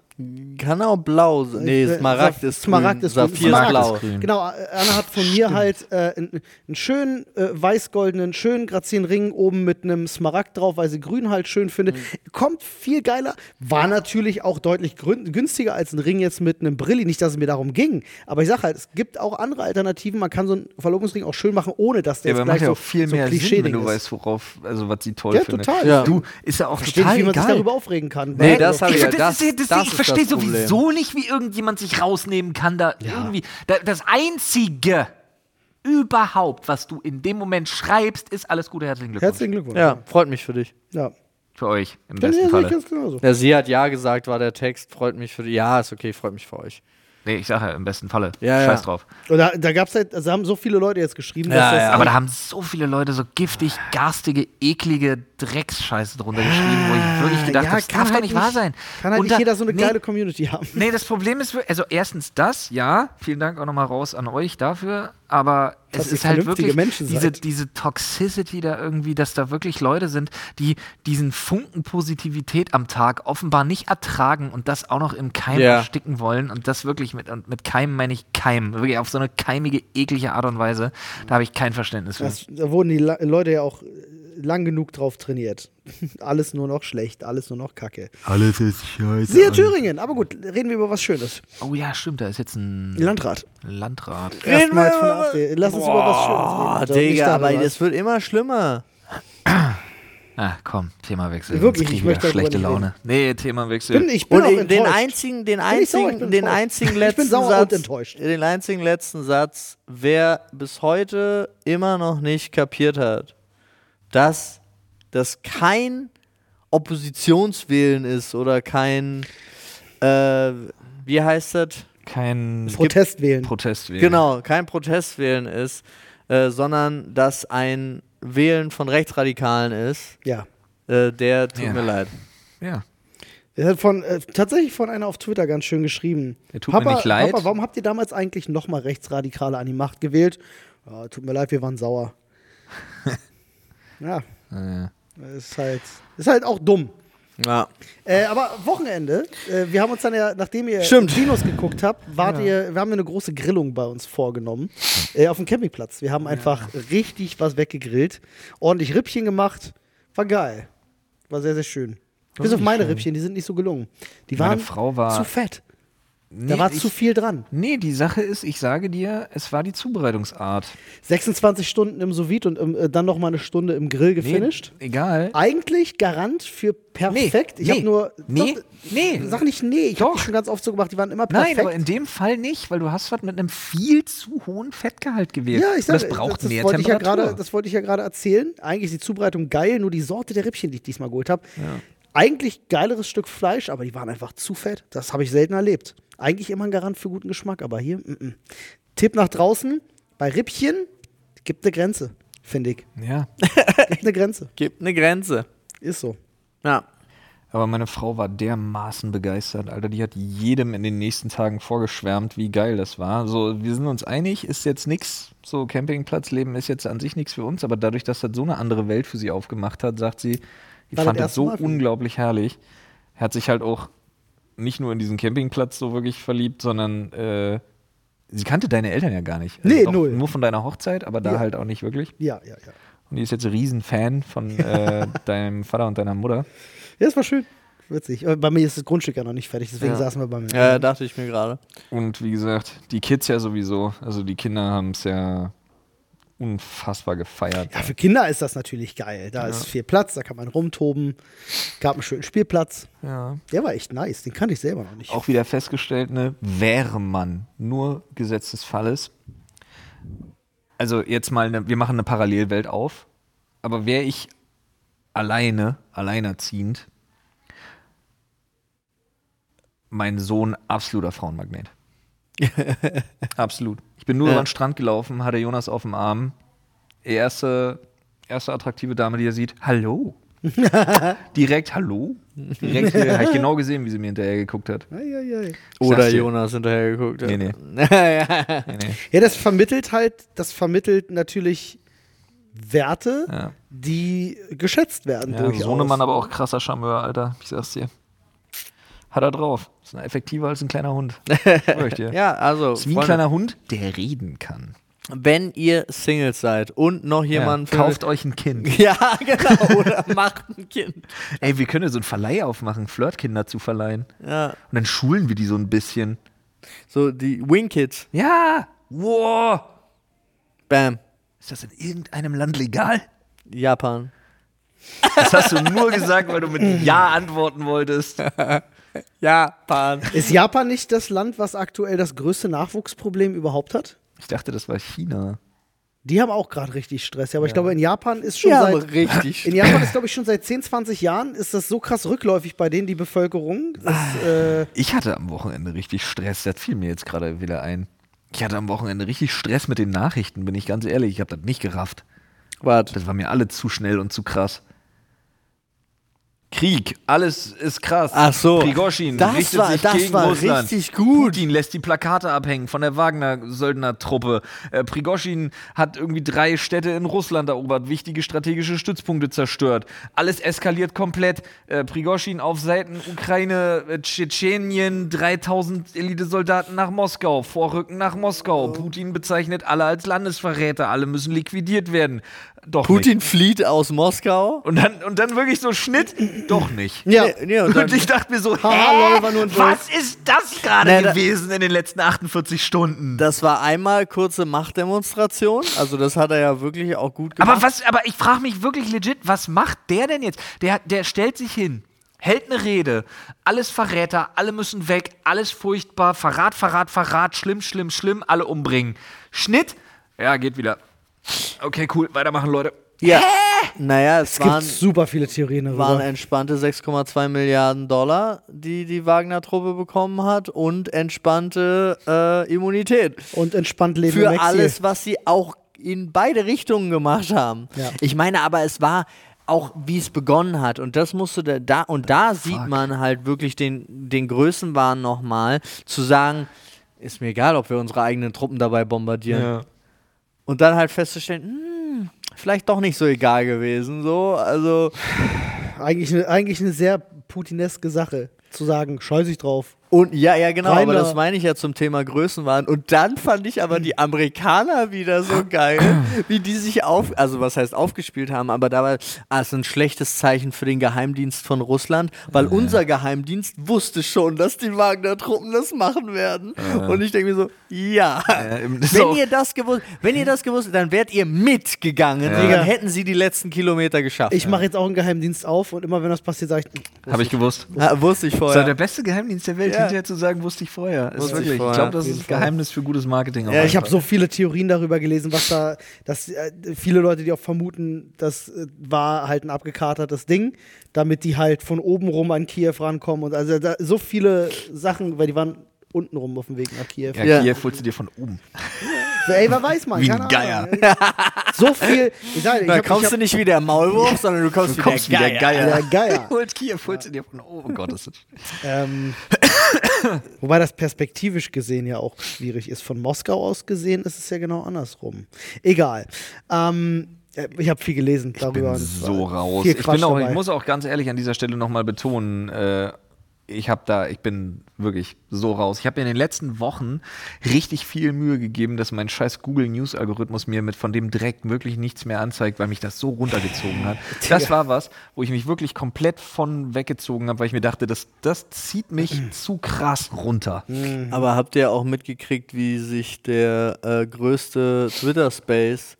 Speaker 1: Kann auch Genau blau sein. Nee,
Speaker 3: Ich, äh,
Speaker 1: Smaragd
Speaker 3: Saf-
Speaker 1: ist
Speaker 3: Smaragd
Speaker 1: grün.
Speaker 3: ist grün.
Speaker 1: Saphir ist
Speaker 3: Smaragd
Speaker 1: blau.
Speaker 2: ist grün.
Speaker 3: Genau, äh, Anna hat von mir halt äh, einen einen schönen äh, weiß-goldenen, schönen grazilen Ring oben mit einem Smaragd drauf, weil sie grün halt schön findet.
Speaker 2: Mhm.
Speaker 3: Kommt viel geiler, war natürlich auch deutlich grün, günstiger als ein Ring jetzt mit einem Brilli. Nicht, dass es mir darum ging, aber ich sag halt, es gibt auch andere Alternativen. Man kann so einen Verlobungsring auch schön machen, ohne dass der
Speaker 2: Ja, aber
Speaker 3: jetzt
Speaker 2: macht
Speaker 3: gleich
Speaker 2: ja
Speaker 3: so,
Speaker 2: auch viel
Speaker 3: so
Speaker 2: mehr Sinn, wenn
Speaker 3: Klischee-Ding
Speaker 2: du
Speaker 3: ist.
Speaker 2: weißt, worauf, also was sie toll
Speaker 3: Ja,
Speaker 2: findet.
Speaker 3: total.
Speaker 1: Ja.
Speaker 2: Du, ist ja auch
Speaker 3: Verstehe
Speaker 2: total
Speaker 3: nicht, wie man
Speaker 2: geil.
Speaker 3: sich darüber aufregen kann.
Speaker 1: Nee,
Speaker 3: Weil-
Speaker 1: das hab ich
Speaker 2: Ich,
Speaker 1: ja.
Speaker 2: find, das, ist, das, ich
Speaker 1: ist
Speaker 2: verstehe
Speaker 1: das Problem.
Speaker 2: sowieso nicht, wie irgendjemand sich rausnehmen kann, da irgendwie. Da, das Einzige überhaupt, was du in dem Moment schreibst, ist alles Gute, herzlichen Glückwunsch.
Speaker 3: Herzlichen Glückwunsch.
Speaker 1: Ja, freut mich für dich.
Speaker 3: ja.
Speaker 2: Für euch im
Speaker 3: Ja,
Speaker 2: besten
Speaker 3: nee, sehe ich
Speaker 2: Falle.
Speaker 3: ganz genauso.
Speaker 1: Ja, sie hat ja gesagt, war der Text. Freut mich für dich. Ja, ist okay, freut mich für euch.
Speaker 2: Nee, ich sage ja, im besten Falle.
Speaker 1: Ja,
Speaker 2: Scheiß
Speaker 1: ja.
Speaker 2: drauf.
Speaker 3: Und da, da gab's halt, also haben so viele Leute jetzt geschrieben,
Speaker 1: Ja,
Speaker 3: dass das
Speaker 1: ja.
Speaker 2: Aber da haben so viele Leute so giftig, garstige, eklige Drecksscheiße drunter geschrieben, wo ich
Speaker 3: Ah,
Speaker 2: wirklich gedacht habe, das darf doch nicht wahr sein.
Speaker 3: Kann halt
Speaker 2: Und
Speaker 3: nicht
Speaker 2: da-
Speaker 3: jeder so eine
Speaker 2: nee,
Speaker 3: geile Community haben.
Speaker 2: Nee, das Problem ist, wir- also erstens das, ja, vielen Dank auch nochmal raus an euch dafür, aber
Speaker 3: Dass
Speaker 2: es
Speaker 3: ihr
Speaker 2: ist halt
Speaker 3: vernünftige
Speaker 2: wirklich
Speaker 3: Menschen
Speaker 2: diese,
Speaker 3: seid.
Speaker 2: diese Toxicity da irgendwie, dass da wirklich Leute sind, die diesen Funken Positivität am Tag offenbar nicht ertragen und das auch noch im Keim
Speaker 1: Ja.
Speaker 2: ersticken wollen und das wirklich mit, und mit Keim meine ich Keim, wirklich auf so eine keimige, eklige Art und Weise, da habe ich kein Verständnis für.
Speaker 3: Das, da wurden die La Leute ja auch äh, lang genug drauf trainiert. alles nur noch schlecht, alles nur noch kacke.
Speaker 4: Alles ist scheiße.
Speaker 3: Siehe Thüringen, aber gut, reden wir über was Schönes.
Speaker 2: Oh ja, stimmt, da ist jetzt ein
Speaker 3: Landrat.
Speaker 2: Landrat.
Speaker 3: Erstmals von der
Speaker 1: über-
Speaker 3: AfD. Lass uns über was Schönes reden.
Speaker 1: Oh,
Speaker 3: Alter, und nicht
Speaker 1: Digga,
Speaker 3: darüber.
Speaker 1: aber das wird immer schlimmer.
Speaker 2: Ah, komm, Themawechsel. Jetzt
Speaker 3: Wirklich,
Speaker 2: krieg
Speaker 3: ich
Speaker 2: wieder
Speaker 3: möchte darüber
Speaker 2: schlechte
Speaker 3: nicht reden.
Speaker 2: Laune. Nee, Themawechsel.
Speaker 3: bin, ich bin auch
Speaker 1: und den
Speaker 3: enttäuscht.
Speaker 1: einzigen, den
Speaker 3: Bin ich sauer?
Speaker 1: einzigen,
Speaker 3: Ich bin
Speaker 1: den
Speaker 3: enttäuscht.
Speaker 1: einzigen
Speaker 3: Ich bin
Speaker 1: letzten
Speaker 3: sauer und
Speaker 1: Satz,
Speaker 3: enttäuscht.
Speaker 1: den einzigen letzten Satz, wer bis heute immer noch nicht kapiert hat, dass das kein Oppositionswählen ist oder kein, äh, wie heißt das?
Speaker 2: Kein
Speaker 3: Protest wählen.
Speaker 2: Protest wählen.
Speaker 1: Genau, kein Protestwählen ist, äh, sondern dass ein Wählen von Rechtsradikalen ist.
Speaker 3: ja.
Speaker 1: Äh, der tut
Speaker 2: Ja.
Speaker 1: mir leid.
Speaker 2: Ja.
Speaker 3: Das hat von, äh, tatsächlich von einer auf Twitter ganz schön geschrieben.
Speaker 2: Der tut mir nicht leid.
Speaker 3: Papa, warum habt ihr damals eigentlich nochmal Rechtsradikale an die Macht gewählt? Ja, tut mir leid, wir waren sauer. ja,
Speaker 2: Äh,
Speaker 3: ist halt, ist halt auch dumm.
Speaker 1: Ja.
Speaker 3: Äh, aber Wochenende, äh, wir haben uns dann ja, nachdem ihr
Speaker 1: Stimmt.
Speaker 3: Kinos geguckt habt, wart ihr, wir haben eine große Grillung bei uns vorgenommen. Äh, auf dem Campingplatz. Wir haben einfach richtig was weggegrillt, ordentlich Rippchen gemacht. War geil. War sehr, sehr schön. Bis auf meine Rippchen, die sind nicht so gelungen. Die
Speaker 2: Meine
Speaker 3: waren
Speaker 2: Frau war-
Speaker 3: zu fett.
Speaker 2: nee,
Speaker 3: Da war
Speaker 2: ich,
Speaker 3: zu viel dran.
Speaker 2: Nee, die Sache ist, ich sage dir, es war die Zubereitungsart.
Speaker 3: 26 Stunden im Sous-Vide und im, äh, dann noch mal eine Stunde im Grill
Speaker 2: Nee,
Speaker 3: gefinisht. Ah,
Speaker 2: Egal.
Speaker 3: Eigentlich Garant für perfekt. ich
Speaker 2: nee,
Speaker 3: habe nur.
Speaker 2: nee,
Speaker 3: Doch,
Speaker 2: nee.
Speaker 3: Sag nicht nee, ich habe
Speaker 2: Doch.
Speaker 3: schon ganz oft so gemacht, die waren immer perfekt.
Speaker 2: Nein, aber in dem Fall nicht, weil du hast was mit einem viel zu hohen Fettgehalt gewählt.
Speaker 3: Ja, ich
Speaker 2: Und
Speaker 3: sage,
Speaker 2: das braucht mehr
Speaker 3: wollte ich ja
Speaker 2: Temperatur.
Speaker 3: gerade, Das wollte ich ja gerade erzählen. Eigentlich ist die Zubereitung geil, nur die Sorte der Rippchen, die ich diesmal geholt habe. Eigentlich geileres Stück Fleisch, aber die waren einfach zu fett. Das habe ich selten erlebt. Eigentlich immer ein Garant für guten Geschmack, aber hier, mm -mm. Tipp nach draußen, bei Rippchen gibt eine Grenze, finde ich.
Speaker 2: ja,
Speaker 3: Gibt eine Grenze.
Speaker 1: Gibt eine Grenze.
Speaker 3: Ist so.
Speaker 1: Ja.
Speaker 2: aber meine Frau war dermaßen begeistert, Alter. Die hat jedem in den nächsten Tagen vorgeschwärmt, wie geil das war. So, wir sind uns einig, ist jetzt nichts. So, Campingplatzleben ist jetzt an sich nichts für uns, aber dadurch, dass das so eine andere Welt für sie aufgemacht hat, sagt sie, ich
Speaker 3: War das
Speaker 2: fand das
Speaker 3: erste
Speaker 2: so
Speaker 3: Mal für sie?
Speaker 2: unglaublich herrlich. Hat sich halt auch nicht nur in diesen Campingplatz so wirklich verliebt, sondern äh, sie kannte deine Eltern ja gar nicht. Also
Speaker 3: Nee,
Speaker 2: doch
Speaker 3: null.
Speaker 2: Nur von deiner Hochzeit, aber da
Speaker 3: Ja.
Speaker 2: halt auch nicht wirklich.
Speaker 3: Ja, ja, ja.
Speaker 2: Und die ist jetzt ein Riesenfan von äh, deinem Vater und deiner Mutter.
Speaker 3: Ja, das war schön. Witzig. Aber Bei mir ist das Grundstück ja noch nicht fertig, deswegen
Speaker 2: Ja.
Speaker 3: saßen wir bei mir.
Speaker 1: Ja, äh, dachte ich mir gerade.
Speaker 2: Und wie gesagt, die Kids ja sowieso, also die Kinder haben es ja unfassbar gefeiert.
Speaker 3: Ja, für Kinder ist das natürlich geil. Da ist viel Platz, da kann man rumtoben. Gab einen schönen Spielplatz.
Speaker 2: Ja.
Speaker 3: Der war echt nice, den kannte ich selber noch nicht.
Speaker 2: Auch wieder festgestellt, ne, wäre man nur Gesetz des Falles. Also jetzt mal, ne, wir machen eine Parallelwelt auf, aber wäre ich alleine, alleinerziehend, mein Sohn absoluter Frauenmagnet. Absolut. Ich bin nur über den Strand gelaufen, hatte Jonas auf dem Arm. Erste, erste attraktive Dame, die er sieht. Hallo. Direkt Hallo. Direkt hier. Habe ich genau gesehen, wie sie mir hinterher geguckt hat.
Speaker 3: Eieiei.
Speaker 1: Oder
Speaker 2: dir.
Speaker 1: Jonas hinterhergeguckt.
Speaker 2: Nee, nee.
Speaker 1: nee.
Speaker 2: Nee, nee.
Speaker 3: Ja, das vermittelt halt, das vermittelt natürlich Werte,
Speaker 2: Ja.
Speaker 3: die geschätzt werden.
Speaker 2: Ja,
Speaker 3: durchaus.
Speaker 2: Sohnemann aber auch krasser Charmeur, Alter. Ich sag's dir. Hat er drauf. Ist ein effektiver als ein kleiner Hund. Schwör ich dir.
Speaker 1: ja, also,
Speaker 2: Ist wie ein
Speaker 1: Freunde,
Speaker 2: kleiner Hund, der reden kann.
Speaker 1: wenn ihr Singles seid und noch jemanden
Speaker 2: ja. Kauft euch ein Kind.
Speaker 1: findet- Ja, genau. Oder macht ein Kind.
Speaker 2: Ey, wir können ja so einen Verleih aufmachen, Flirtkinder zu verleihen.
Speaker 1: Ja.
Speaker 2: Und dann schulen wir die so ein bisschen.
Speaker 1: So, die Wing Kids.
Speaker 2: Ja! Wow!
Speaker 1: Bam.
Speaker 2: Ist das in irgendeinem Land legal?
Speaker 1: Japan.
Speaker 2: Das hast du nur gesagt, weil du mit Ja antworten wolltest.
Speaker 1: Japan.
Speaker 3: Ist Japan nicht das Land, was aktuell das größte Nachwuchsproblem überhaupt hat?
Speaker 2: Ich dachte, das war China.
Speaker 3: Die haben auch gerade richtig Stress. Ja, aber ich glaube, in Japan ist schon
Speaker 1: Ja,
Speaker 3: seit
Speaker 1: aber richtig.
Speaker 3: In Japan ist, glaube ich, schon seit 10, 20 Jahren ist das so krass rückläufig bei denen, die Bevölkerung. Das,
Speaker 1: Ah.
Speaker 3: äh,
Speaker 2: Ich hatte am Wochenende richtig Stress. Das fiel mir jetzt gerade wieder ein. Ich hatte am Wochenende richtig Stress mit den Nachrichten, bin ich ganz ehrlich. Ich habe das nicht gerafft.
Speaker 1: Warte.
Speaker 2: Das war mir alle zu schnell und zu krass. Krieg, alles ist krass.
Speaker 1: Ach so.
Speaker 2: Prigoshin
Speaker 1: Das
Speaker 2: richtet
Speaker 1: war-
Speaker 2: sich
Speaker 1: das
Speaker 2: gegen
Speaker 1: war
Speaker 2: Russland.
Speaker 1: richtig gut.
Speaker 2: Putin lässt die Plakate abhängen von der Wagner-Söldnertruppe. Äh, Prigoshin hat irgendwie drei Städte in Russland erobert, wichtige strategische Stützpunkte zerstört. Alles eskaliert komplett. Äh, Prigoshin auf Seiten Ukraine, äh, Tschetschenien, 3000 Elitesoldaten nach Moskau, Vorrücken nach Moskau. Putin bezeichnet alle als Landesverräter, alle müssen liquidiert werden. Doch nicht.
Speaker 1: Putin flieht aus Moskau.
Speaker 2: Und dann, und dann wirklich so Schnitt, doch nicht.
Speaker 3: ja,
Speaker 1: Nee, nee, und
Speaker 2: Und,
Speaker 1: dann,
Speaker 2: ich dachte mir so, hä?
Speaker 3: lol, war nur ein Joke.
Speaker 2: was ist das gerade
Speaker 1: Nee, da-
Speaker 2: gewesen in den letzten 48 Stunden?
Speaker 1: das war einmal kurze Machtdemonstration. Also, das hat er ja wirklich auch gut gemacht.
Speaker 2: aber was, aber ich frage mich wirklich legit, was macht der denn jetzt? Der, der stellt sich hin, hält eine Rede, alles Verräter, alle müssen weg, alles furchtbar, Verrat, Verrat, Verrat, schlimm, schlimm, schlimm, alle umbringen. Schnitt, ja, geht wieder. Okay, cool, weitermachen, Leute.
Speaker 1: ja. Naja, es,
Speaker 3: es gibt
Speaker 1: waren,
Speaker 3: super viele Theorien
Speaker 1: waren
Speaker 3: darüber.
Speaker 1: entspannte 6,2 Milliarden Dollar, die die Wagner-Truppe bekommen hat und entspannte äh, Immunität.
Speaker 3: Und entspannt leben im
Speaker 1: für
Speaker 3: Exil.
Speaker 1: alles, was sie auch in beide Richtungen gemacht haben.
Speaker 3: Ja.
Speaker 1: Ich meine, aber es war auch, wie es begonnen hat. Und das musste da, da und da sieht man halt wirklich den, den Größenwahn nochmal, zu sagen, ist mir egal, ob wir unsere eigenen Truppen dabei bombardieren. Und dann halt festzustellen, hm, vielleicht doch nicht so egal gewesen. So, also.
Speaker 3: Eigentlich, eine- eigentlich eine sehr putineske Sache, zu sagen, scheiß ich drauf.
Speaker 1: Und ja, ja, genau,
Speaker 3: Reiner.
Speaker 1: aber das meine ich ja zum Thema Größenwahn. Und dann fand ich aber die Amerikaner wieder so geil, wie die sich auf, also was heißt aufgespielt haben, aber dabei, ah, ist ein schlechtes Zeichen für den Geheimdienst von Russland, weil unser Geheimdienst wusste schon, dass die Wagner-Truppen das machen werden. Und ich denke mir so, ja.
Speaker 2: Äh, das ist
Speaker 1: Wenn
Speaker 2: auch-
Speaker 1: ihr das gewusst, wenn ihr das gewusst, dann wärt ihr mitgegangen, und
Speaker 3: Ja.
Speaker 1: dann hätten sie die letzten Kilometer geschafft.
Speaker 3: Ich mache jetzt auch einen Geheimdienst auf und immer wenn das passiert, sage ich,
Speaker 2: Habe ich gewusst.
Speaker 1: Ah, wusste ich
Speaker 2: Das war
Speaker 1: vorher.
Speaker 2: der beste Geheimdienst der Welt,
Speaker 1: Ja.
Speaker 2: hinterher zu sagen, wusste ich vorher. Ist
Speaker 1: Wusste ich
Speaker 2: wirklich, ich,
Speaker 1: vorher,
Speaker 2: glaube, das
Speaker 1: auf
Speaker 2: ist
Speaker 1: jeden
Speaker 2: ein Geheimnis für gutes Marketing. auch
Speaker 1: Ja,
Speaker 3: Ich habe
Speaker 2: einfach.
Speaker 3: so viele Theorien darüber gelesen, was da, dass äh, viele Leute, die auch vermuten, das äh, war halt ein abgekatertes Ding, damit die halt von oben rum an Kiew rankommen und also da, so viele Sachen, weil die waren unten rum auf dem Weg nach Kiew.
Speaker 2: Ja,
Speaker 1: Ja.
Speaker 2: Kiew holst du dir von oben.
Speaker 3: So, ey, wer weiß man?
Speaker 2: Wie ein
Speaker 3: keine
Speaker 2: Geier.
Speaker 3: Ahnung. So viel. Ich sag, ich
Speaker 1: Da
Speaker 3: hab, ich
Speaker 1: kommst
Speaker 3: hab,
Speaker 1: du nicht wie der Maulwurf, sondern du kommst,
Speaker 2: Du kommst
Speaker 1: wie der Geier.
Speaker 3: der Geier.
Speaker 2: Holt Kiew, holst du dir von oben. Oh Gott, das ist
Speaker 3: ähm, wobei das perspektivisch gesehen ja auch schwierig ist. Von Moskau aus gesehen ist es ja genau andersrum. Egal. Ähm, äh, ich habe viel gelesen darüber. und es war
Speaker 2: so raus.
Speaker 3: viel
Speaker 2: Ich,
Speaker 3: Quatsch
Speaker 2: bin auch, ich
Speaker 3: dabei.
Speaker 2: muss auch ganz ehrlich an dieser Stelle nochmal betonen, äh, ich habe da, ich bin wirklich so raus. Ich habe mir in den letzten Wochen richtig viel Mühe gegeben, dass mein scheiß Google News Algorithmus mir mit von dem Dreck wirklich nichts mehr anzeigt, weil mich das so runtergezogen hat. Das war was, wo ich mich wirklich komplett von weggezogen habe, weil ich mir dachte, das, das zieht mich zu krass runter.
Speaker 1: Aber habt ihr auch mitgekriegt, wie sich der äh, größte Twitter-Space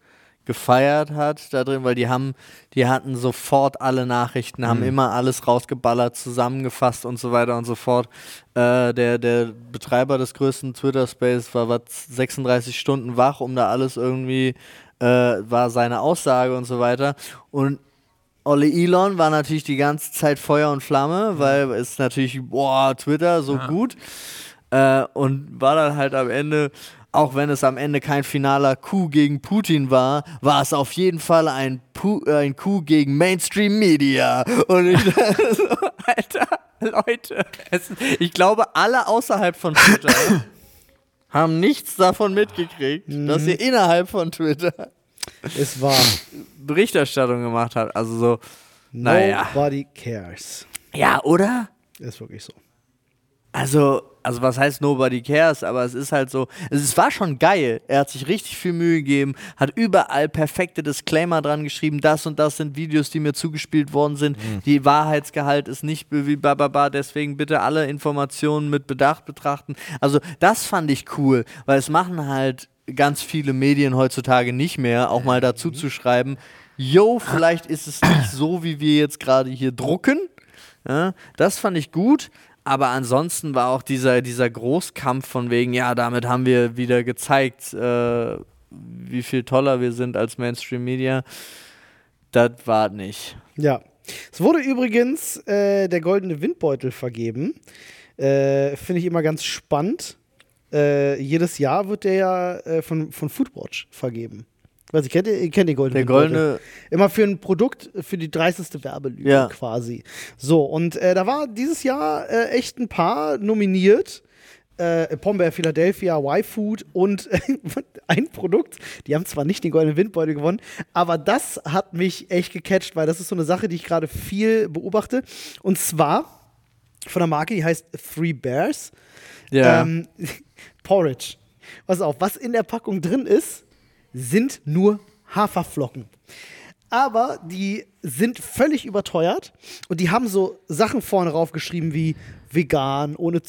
Speaker 1: gefeiert hat da drin, weil die haben, die hatten sofort alle Nachrichten, haben immer alles rausgeballert, zusammengefasst und so weiter und so fort. Äh, der, der Betreiber des größten Twitter-Space war was 36 Stunden wach, um da alles irgendwie, äh, war seine Aussage und so weiter. Und Olle Elon war natürlich die ganze Zeit Feuer und Flamme, weil es natürlich, boah, Twitter, so gut. Äh, und war dann halt am Ende, auch wenn es am Ende kein finaler Coup gegen Putin war, war es auf jeden Fall ein, Pu äh, ein Coup gegen Mainstream Media. Und ich dachte so, Alter, Leute, es, ich glaube, alle außerhalb von Twitter Mhm. haben nichts davon mitgekriegt, dass ihr innerhalb von Twitter
Speaker 3: Ist wahr.
Speaker 1: Berichterstattung gemacht habt. Also so, naja.
Speaker 3: Nobody cares.
Speaker 1: Ja, oder?
Speaker 3: Ist wirklich so.
Speaker 1: Also, also was heißt nobody cares, aber es ist halt so, es ist- war schon geil. Er hat sich richtig viel Mühe gegeben, hat überall perfekte Disclaimer dran geschrieben, das und das sind Videos, die mir zugespielt worden sind. Die Wahrheitsgehalt ist nicht be- wie bababa, deswegen bitte alle Informationen mit Bedacht betrachten. Also, das fand ich cool, weil es machen halt ganz viele Medien heutzutage nicht mehr, auch mal dazu zu schreiben, yo, vielleicht ist es nicht so, wie wir jetzt gerade hier drucken. Ja, das fand ich gut. Aber ansonsten war auch dieser, dieser Großkampf von wegen, ja, damit haben wir wieder gezeigt, äh, wie viel toller wir sind als Mainstream Media. Das war nicht.
Speaker 3: Ja. Es wurde übrigens äh, der goldene Windbeutel vergeben. Äh, Finde ich immer ganz spannend. Äh, jedes Jahr wird der ja äh, von, von Foodwatch vergeben. Weiß ich, kennt ihr, ihr kennt den goldenen
Speaker 1: Der
Speaker 3: Windbeutel?
Speaker 1: goldene,
Speaker 3: Immer für ein Produkt, für die dreisteste Werbelüge
Speaker 1: Ja.
Speaker 3: quasi. So, und äh, da war dieses Jahr äh, echt ein paar nominiert. Äh, Pombeer Philadelphia, Y-Food und äh, ein Produkt, die haben zwar nicht den goldenen Windbeutel gewonnen, aber das hat mich echt gecatcht, weil das ist so eine Sache, die ich gerade viel beobachte. Und zwar von einer Marke, die heißt Three Bears.
Speaker 1: ja,
Speaker 3: Ähm, Porridge. Pass auf, was in der Packung drin ist, sind nur Haferflocken. Aber die sind völlig überteuert und die haben so Sachen vorne raufgeschrieben wie vegan, ohne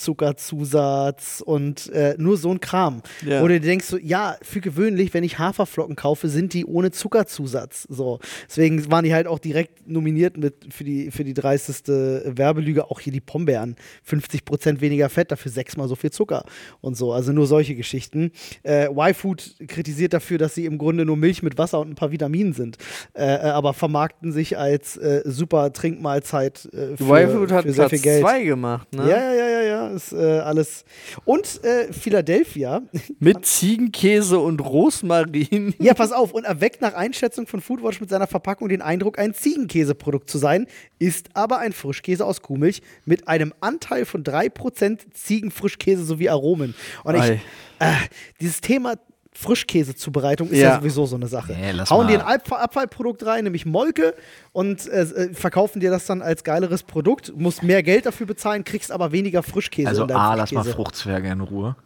Speaker 3: Zuckerzusatz und äh, nur so ein Kram.
Speaker 1: Ja.
Speaker 3: Oder du denkst so, ja, für gewöhnlich, wenn ich Haferflocken kaufe, sind die ohne Zuckerzusatz. So. Deswegen waren die halt auch direkt nominiert mit für die, für die dreisteste Werbelüge. Auch hier die Pombeeren. 50% weniger Fett, dafür sechsmal so viel Zucker und so. Also nur solche Geschichten. Äh, Y-Food kritisiert dafür, dass sie im Grunde nur Milch mit Wasser und ein paar Vitaminen sind. Äh, äh, aber vermarkten sich als äh, super Trinkmahlzeit äh, für,
Speaker 1: Y-Food hat
Speaker 3: für sehr viel
Speaker 1: Platz
Speaker 3: Geld.
Speaker 1: 2 gemacht, ne?
Speaker 3: Ja, ja, ja, ja, ja, ist äh, alles. Und äh, Philadelphia
Speaker 1: Mit Ziegenkäse und Rosmarin.
Speaker 3: Ja, pass auf, und erweckt nach Einschätzung von Foodwatch mit seiner Verpackung den Eindruck, ein Ziegenkäseprodukt zu sein, ist aber ein Frischkäse aus Kuhmilch mit einem Anteil von 3% Ziegenfrischkäse sowie Aromen. Und ich,
Speaker 1: Ei.
Speaker 3: äh, dieses Thema Frischkäsezubereitung ist ja,
Speaker 1: Ja.
Speaker 3: sowieso so eine Sache.
Speaker 2: Nee, lass
Speaker 3: Hauen
Speaker 2: mal.
Speaker 3: dir ein Abf Abfallprodukt rein, nämlich Molke, und äh, äh, verkaufen dir das dann als geileres Produkt, musst mehr Geld dafür bezahlen, kriegst aber weniger Frischkäse.
Speaker 2: Also
Speaker 3: in deinem
Speaker 2: A, lass mal
Speaker 3: Frischkäse.
Speaker 2: Fruchtzwerge in Ruhe.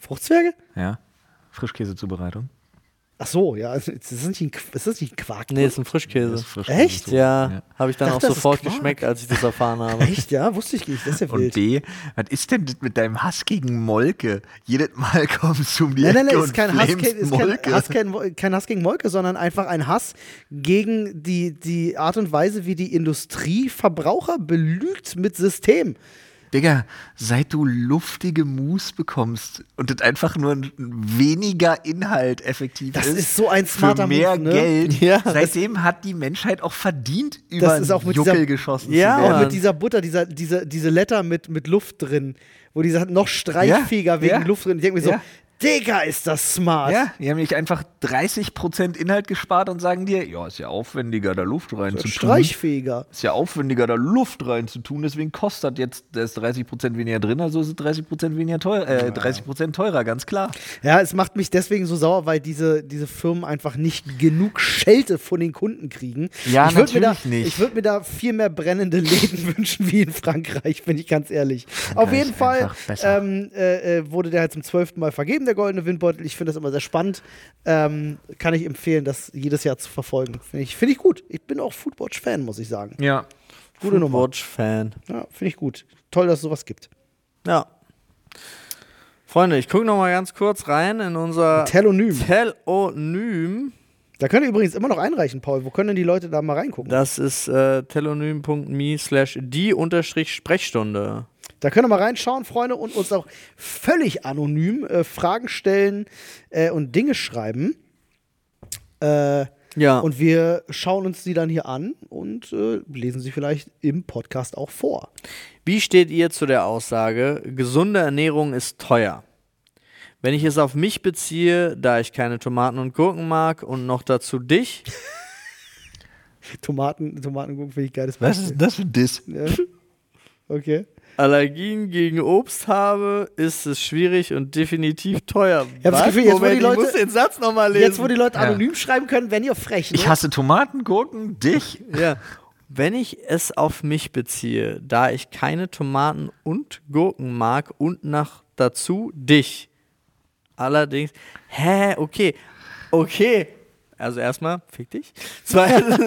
Speaker 3: Fruchtzwerge?
Speaker 2: Ja. Frischkäsezubereitung.
Speaker 3: Ach so, ja, ist das nicht ein, Qu- ist das nicht ein Quark?
Speaker 1: Nee, ist ein Frischkäse.
Speaker 2: Frischkäse
Speaker 3: Echt?
Speaker 2: zu-
Speaker 1: Ja, habe ich dann
Speaker 3: Ich dachte,
Speaker 1: auch
Speaker 3: das ist
Speaker 1: sofort
Speaker 3: Quark.
Speaker 1: geschmeckt, als ich das erfahren habe.
Speaker 3: Echt, ja? Wusste ich nicht. Das ist ja wild.
Speaker 2: Und B, was ist denn das mit deinem Hass gegen Molke? Jedes Mal kommst du um die
Speaker 3: Nein, nein, nein,
Speaker 2: Ecke
Speaker 3: ist
Speaker 2: und
Speaker 3: kein Hass,
Speaker 2: flamest
Speaker 3: kein, ist
Speaker 2: Molke.
Speaker 3: kein, Hass, kein, Mo- kein Hass gegen Molke, sondern einfach ein Hass gegen die, die Art und Weise, wie die Industrie Verbraucher belügt mit System.
Speaker 2: Digga, seit du luftige Mousse bekommst und das einfach nur ein weniger Inhalt effektiv
Speaker 3: Das
Speaker 2: ist.
Speaker 3: ist so ein smarter
Speaker 2: für mehr
Speaker 3: Move, ne?
Speaker 2: Geld.
Speaker 1: Ja.
Speaker 2: Seitdem hat die Menschheit auch verdient, über
Speaker 3: ist auch
Speaker 2: einen
Speaker 3: mit
Speaker 2: Juckel
Speaker 3: dieser-
Speaker 2: geschossen
Speaker 1: Ja,
Speaker 2: zu
Speaker 3: Auch
Speaker 2: werden.
Speaker 3: mit dieser Butter, dieser, diese, diese Letter mit, mit Luft drin, wo die sagt, noch streichfähiger
Speaker 2: Ja,
Speaker 3: wegen
Speaker 2: ja,
Speaker 3: Luft drin. Ich denke mir so,
Speaker 2: ja.
Speaker 3: Digga, ist das smart.
Speaker 2: Ja, die haben mich einfach 30% Inhalt gespart und sagen dir, ja, ist ja aufwendiger, da Luft reinzutun.
Speaker 3: Streichfähiger.
Speaker 2: Ist ja aufwendiger, da Luft reinzutun, deswegen kostet das jetzt, da ist 30% weniger drin, also ist es 30% weniger teuer, äh, 30% teurer, ganz klar.
Speaker 3: Ja, es macht mich deswegen so sauer, weil diese, diese Firmen einfach nicht genug Schelte von den Kunden kriegen.
Speaker 2: Ja,
Speaker 3: ich würd mir da,
Speaker 2: natürlich nicht.
Speaker 3: Ich würde mir da viel mehr brennende Läden wünschen wie in Frankreich, bin ich ganz ehrlich. Auf jeden
Speaker 2: ist
Speaker 3: Fall
Speaker 2: einfach besser.
Speaker 3: ähm, äh, äh, wurde der halt zum zwölften Mal vergeben, der goldene Windbeutel. Ich finde das immer sehr spannend. Ähm, kann ich empfehlen, das jedes Jahr zu verfolgen. Finde ich, finde ich gut. Ich bin auch Foodwatch-Fan, muss ich sagen.
Speaker 2: Ja.
Speaker 3: Gute Nummer.
Speaker 1: Watch-Fan.
Speaker 3: Ja, finde ich gut. Toll, dass es sowas gibt.
Speaker 1: Ja. Freunde, ich gucke noch mal ganz kurz rein in unser
Speaker 3: Telonym.
Speaker 1: Telonym.
Speaker 3: Da könnt ihr übrigens immer noch einreichen, Paul. Wo können denn die Leute da mal reingucken? Da,
Speaker 1: Das ist äh, telonym.me slash die unterstrich Sprechstunde.
Speaker 3: könnt ihr mal reinschauen, Freunde, und uns auch völlig anonym äh, Fragen stellen äh, und Dinge schreiben. Äh,
Speaker 1: Ja.
Speaker 3: Und wir schauen uns die dann hier an und äh, lesen sie vielleicht im Podcast auch vor.
Speaker 1: Wie steht ihr zu der Aussage, gesunde Ernährung ist teuer? Wenn ich es auf mich beziehe, da ich keine Tomaten und Gurken mag und noch dazu dich,
Speaker 3: Tomaten, Tomatengurken finde ich geiles ne?
Speaker 2: Was ist das für ein Diss?
Speaker 3: Okay.
Speaker 1: Allergien gegen Obst habe, ist es schwierig und definitiv teuer. Ich
Speaker 3: hab das Gefühl, jetzt, wo die Leute-
Speaker 1: ich muss den Satz nochmal lesen.
Speaker 3: Jetzt, wo die Leute
Speaker 2: Ja.
Speaker 3: anonym schreiben können, wenn ihr frech. Ne?
Speaker 2: Ich hasse Tomaten, Gurken, dich.
Speaker 1: ja. Wenn ich es auf mich beziehe, da ich keine Tomaten und Gurken mag und nach dazu dich. Allerdings, hä, okay, okay. Also erstmal, fick dich. Zweitens,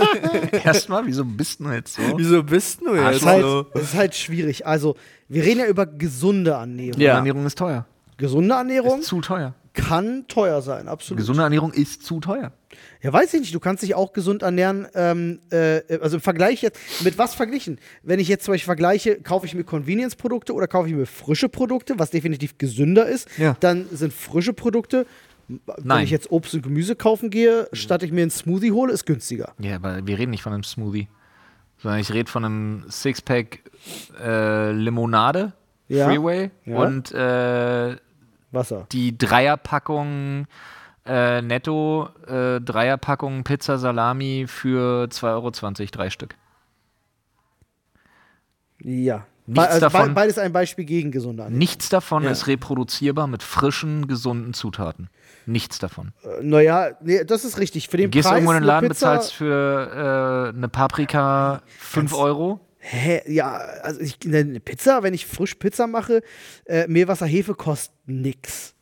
Speaker 2: Erstmal, wieso bist du denn jetzt so?
Speaker 1: wieso bist du jetzt
Speaker 3: es, ist halt,
Speaker 1: so?
Speaker 3: es ist halt schwierig. Also, wir reden ja über gesunde Ernährung.
Speaker 1: Ja.
Speaker 2: Ernährung ist teuer.
Speaker 3: Gesunde Ernährung
Speaker 2: Ist zu teuer.
Speaker 3: kann teuer sein, absolut.
Speaker 2: Gesunde Ernährung ist zu teuer.
Speaker 3: Ja, weiß ich nicht. Du kannst dich auch gesund ernähren. Ähm, äh, also im Vergleich jetzt, mit was verglichen? Wenn ich jetzt zum Beispiel vergleiche, kaufe ich mir Convenience-Produkte oder kaufe ich mir frische Produkte, was definitiv gesünder ist,
Speaker 2: Ja.
Speaker 3: dann sind frische Produkte, wenn
Speaker 2: Nein.
Speaker 3: ich jetzt Obst und Gemüse kaufen gehe, statt ich mir einen Smoothie hole, ist günstiger.
Speaker 2: Ja, aber wir reden nicht von einem Smoothie, sondern ich rede von einem Sixpack äh, Limonade,
Speaker 3: Ja.
Speaker 2: Freeway
Speaker 3: Ja.
Speaker 2: und äh,
Speaker 3: Wasser.
Speaker 2: die Dreierpackung äh, netto, äh, Dreierpackung Pizza Salami für 2,20 Euro, drei Stück.
Speaker 3: Ja.
Speaker 2: Nichts
Speaker 3: Be- also be-
Speaker 2: davon-
Speaker 3: Beides ein Beispiel gegen gesunde Ernährung.
Speaker 2: Nichts davon
Speaker 1: Ja.
Speaker 2: ist reproduzierbar mit frischen, gesunden Zutaten. Nichts davon.
Speaker 3: Äh, Naja, nee, das ist richtig. Für den
Speaker 2: Gehst
Speaker 3: Preis
Speaker 2: irgendwo in den
Speaker 3: eine
Speaker 2: Laden,
Speaker 3: Pizza-
Speaker 2: bezahlst für äh, eine Paprika 5 Euro.
Speaker 3: Hä? Ja, also ich, eine Pizza, wenn ich frisch Pizza mache, äh, Meerwasser, Hefe kostet nix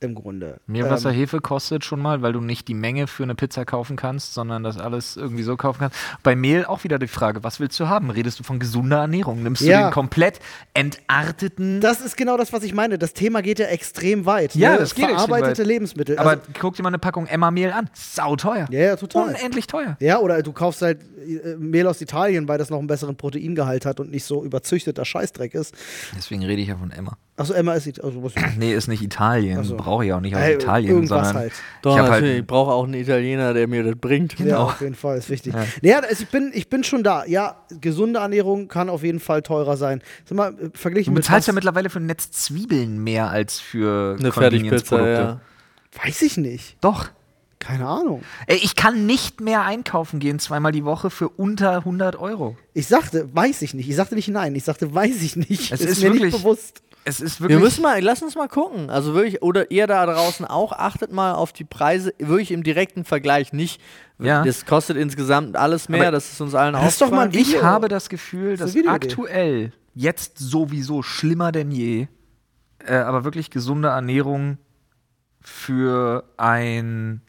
Speaker 3: im Grunde.
Speaker 2: Meerwasser, Hefe
Speaker 3: ähm,
Speaker 2: kostet schon mal, weil du nicht die Menge für eine Pizza kaufen kannst, sondern das alles irgendwie so kaufen kannst. Bei Mehl auch wieder die Frage, was willst du haben? Redest du von gesunder Ernährung? Nimmst
Speaker 3: Ja.
Speaker 2: du den komplett entarteten?
Speaker 3: Das ist genau das, was ich meine. Das Thema geht ja extrem weit.
Speaker 2: Ja,
Speaker 3: ne?
Speaker 2: das geht extrem
Speaker 3: Verarbeitete
Speaker 2: weit.
Speaker 3: Lebensmittel.
Speaker 2: Aber
Speaker 3: also,
Speaker 2: guck dir mal eine Packung Emma-Mehl an. Sau teuer.
Speaker 3: ja, ja, total.
Speaker 2: Unendlich teuer.
Speaker 3: Ja, oder du kaufst halt äh, Mehl aus Italien, weil das noch einen besseren Proteingehalt hat und nicht so überzüchteter Scheißdreck ist.
Speaker 2: Deswegen rede ich ja von Emma.
Speaker 3: Achso, Emma ist Italien. Also, was-
Speaker 2: Nee, ist nicht Italien.
Speaker 3: so.
Speaker 2: Brauche ich auch nicht aus
Speaker 3: Äh,
Speaker 2: Italien,
Speaker 3: irgendwas
Speaker 2: sondern
Speaker 3: halt. Genau.
Speaker 1: Doch,
Speaker 2: ich habe
Speaker 1: natürlich, ich
Speaker 2: halt
Speaker 1: brauche auch einen Italiener, der mir das bringt.
Speaker 2: Genau.
Speaker 3: Ja, auf jeden Fall, ist wichtig. Ja. Naja, also ich, bin, ich bin schon da. Ja, gesunde Ernährung kann auf jeden Fall teurer sein. Sag mal, äh, verglichen
Speaker 2: Du
Speaker 3: mit
Speaker 2: bezahlst ja
Speaker 3: was-
Speaker 2: mittlerweile für ein Netz Zwiebeln mehr als für
Speaker 1: Eine Fertigpizza,
Speaker 2: Convenience-Produkte.
Speaker 1: ja.
Speaker 3: Weiß ich nicht.
Speaker 2: Doch.
Speaker 3: Keine Ahnung.
Speaker 2: Ey, ich kann nicht mehr einkaufen gehen zweimal die Woche für unter 100 Euro.
Speaker 3: Ich sagte, weiß ich nicht. Ich sagte nicht nein. Ich sagte, weiß ich nicht.
Speaker 2: Es
Speaker 3: ist,
Speaker 2: ist
Speaker 3: mir nicht
Speaker 2: wirklich-
Speaker 3: bewusst.
Speaker 2: Es ist
Speaker 1: Wir
Speaker 2: wirklich.
Speaker 1: müssen mal, lass uns mal gucken. Also wirklich, oder ihr da draußen auch, achtet mal auf die Preise, wirklich im direkten Vergleich nicht.
Speaker 2: Ja.
Speaker 1: Das kostet insgesamt alles mehr,
Speaker 2: Aber
Speaker 1: das ist uns allen
Speaker 3: Das ist doch mal ein
Speaker 1: aufgefallen.
Speaker 3: Video.
Speaker 2: ich habe das Gefühl,
Speaker 3: Das
Speaker 2: dass
Speaker 3: ist eine Videoidee.
Speaker 2: aktuell jetzt sowieso schlimmer denn je, äh, aber wirklich gesunde Ernährung für ein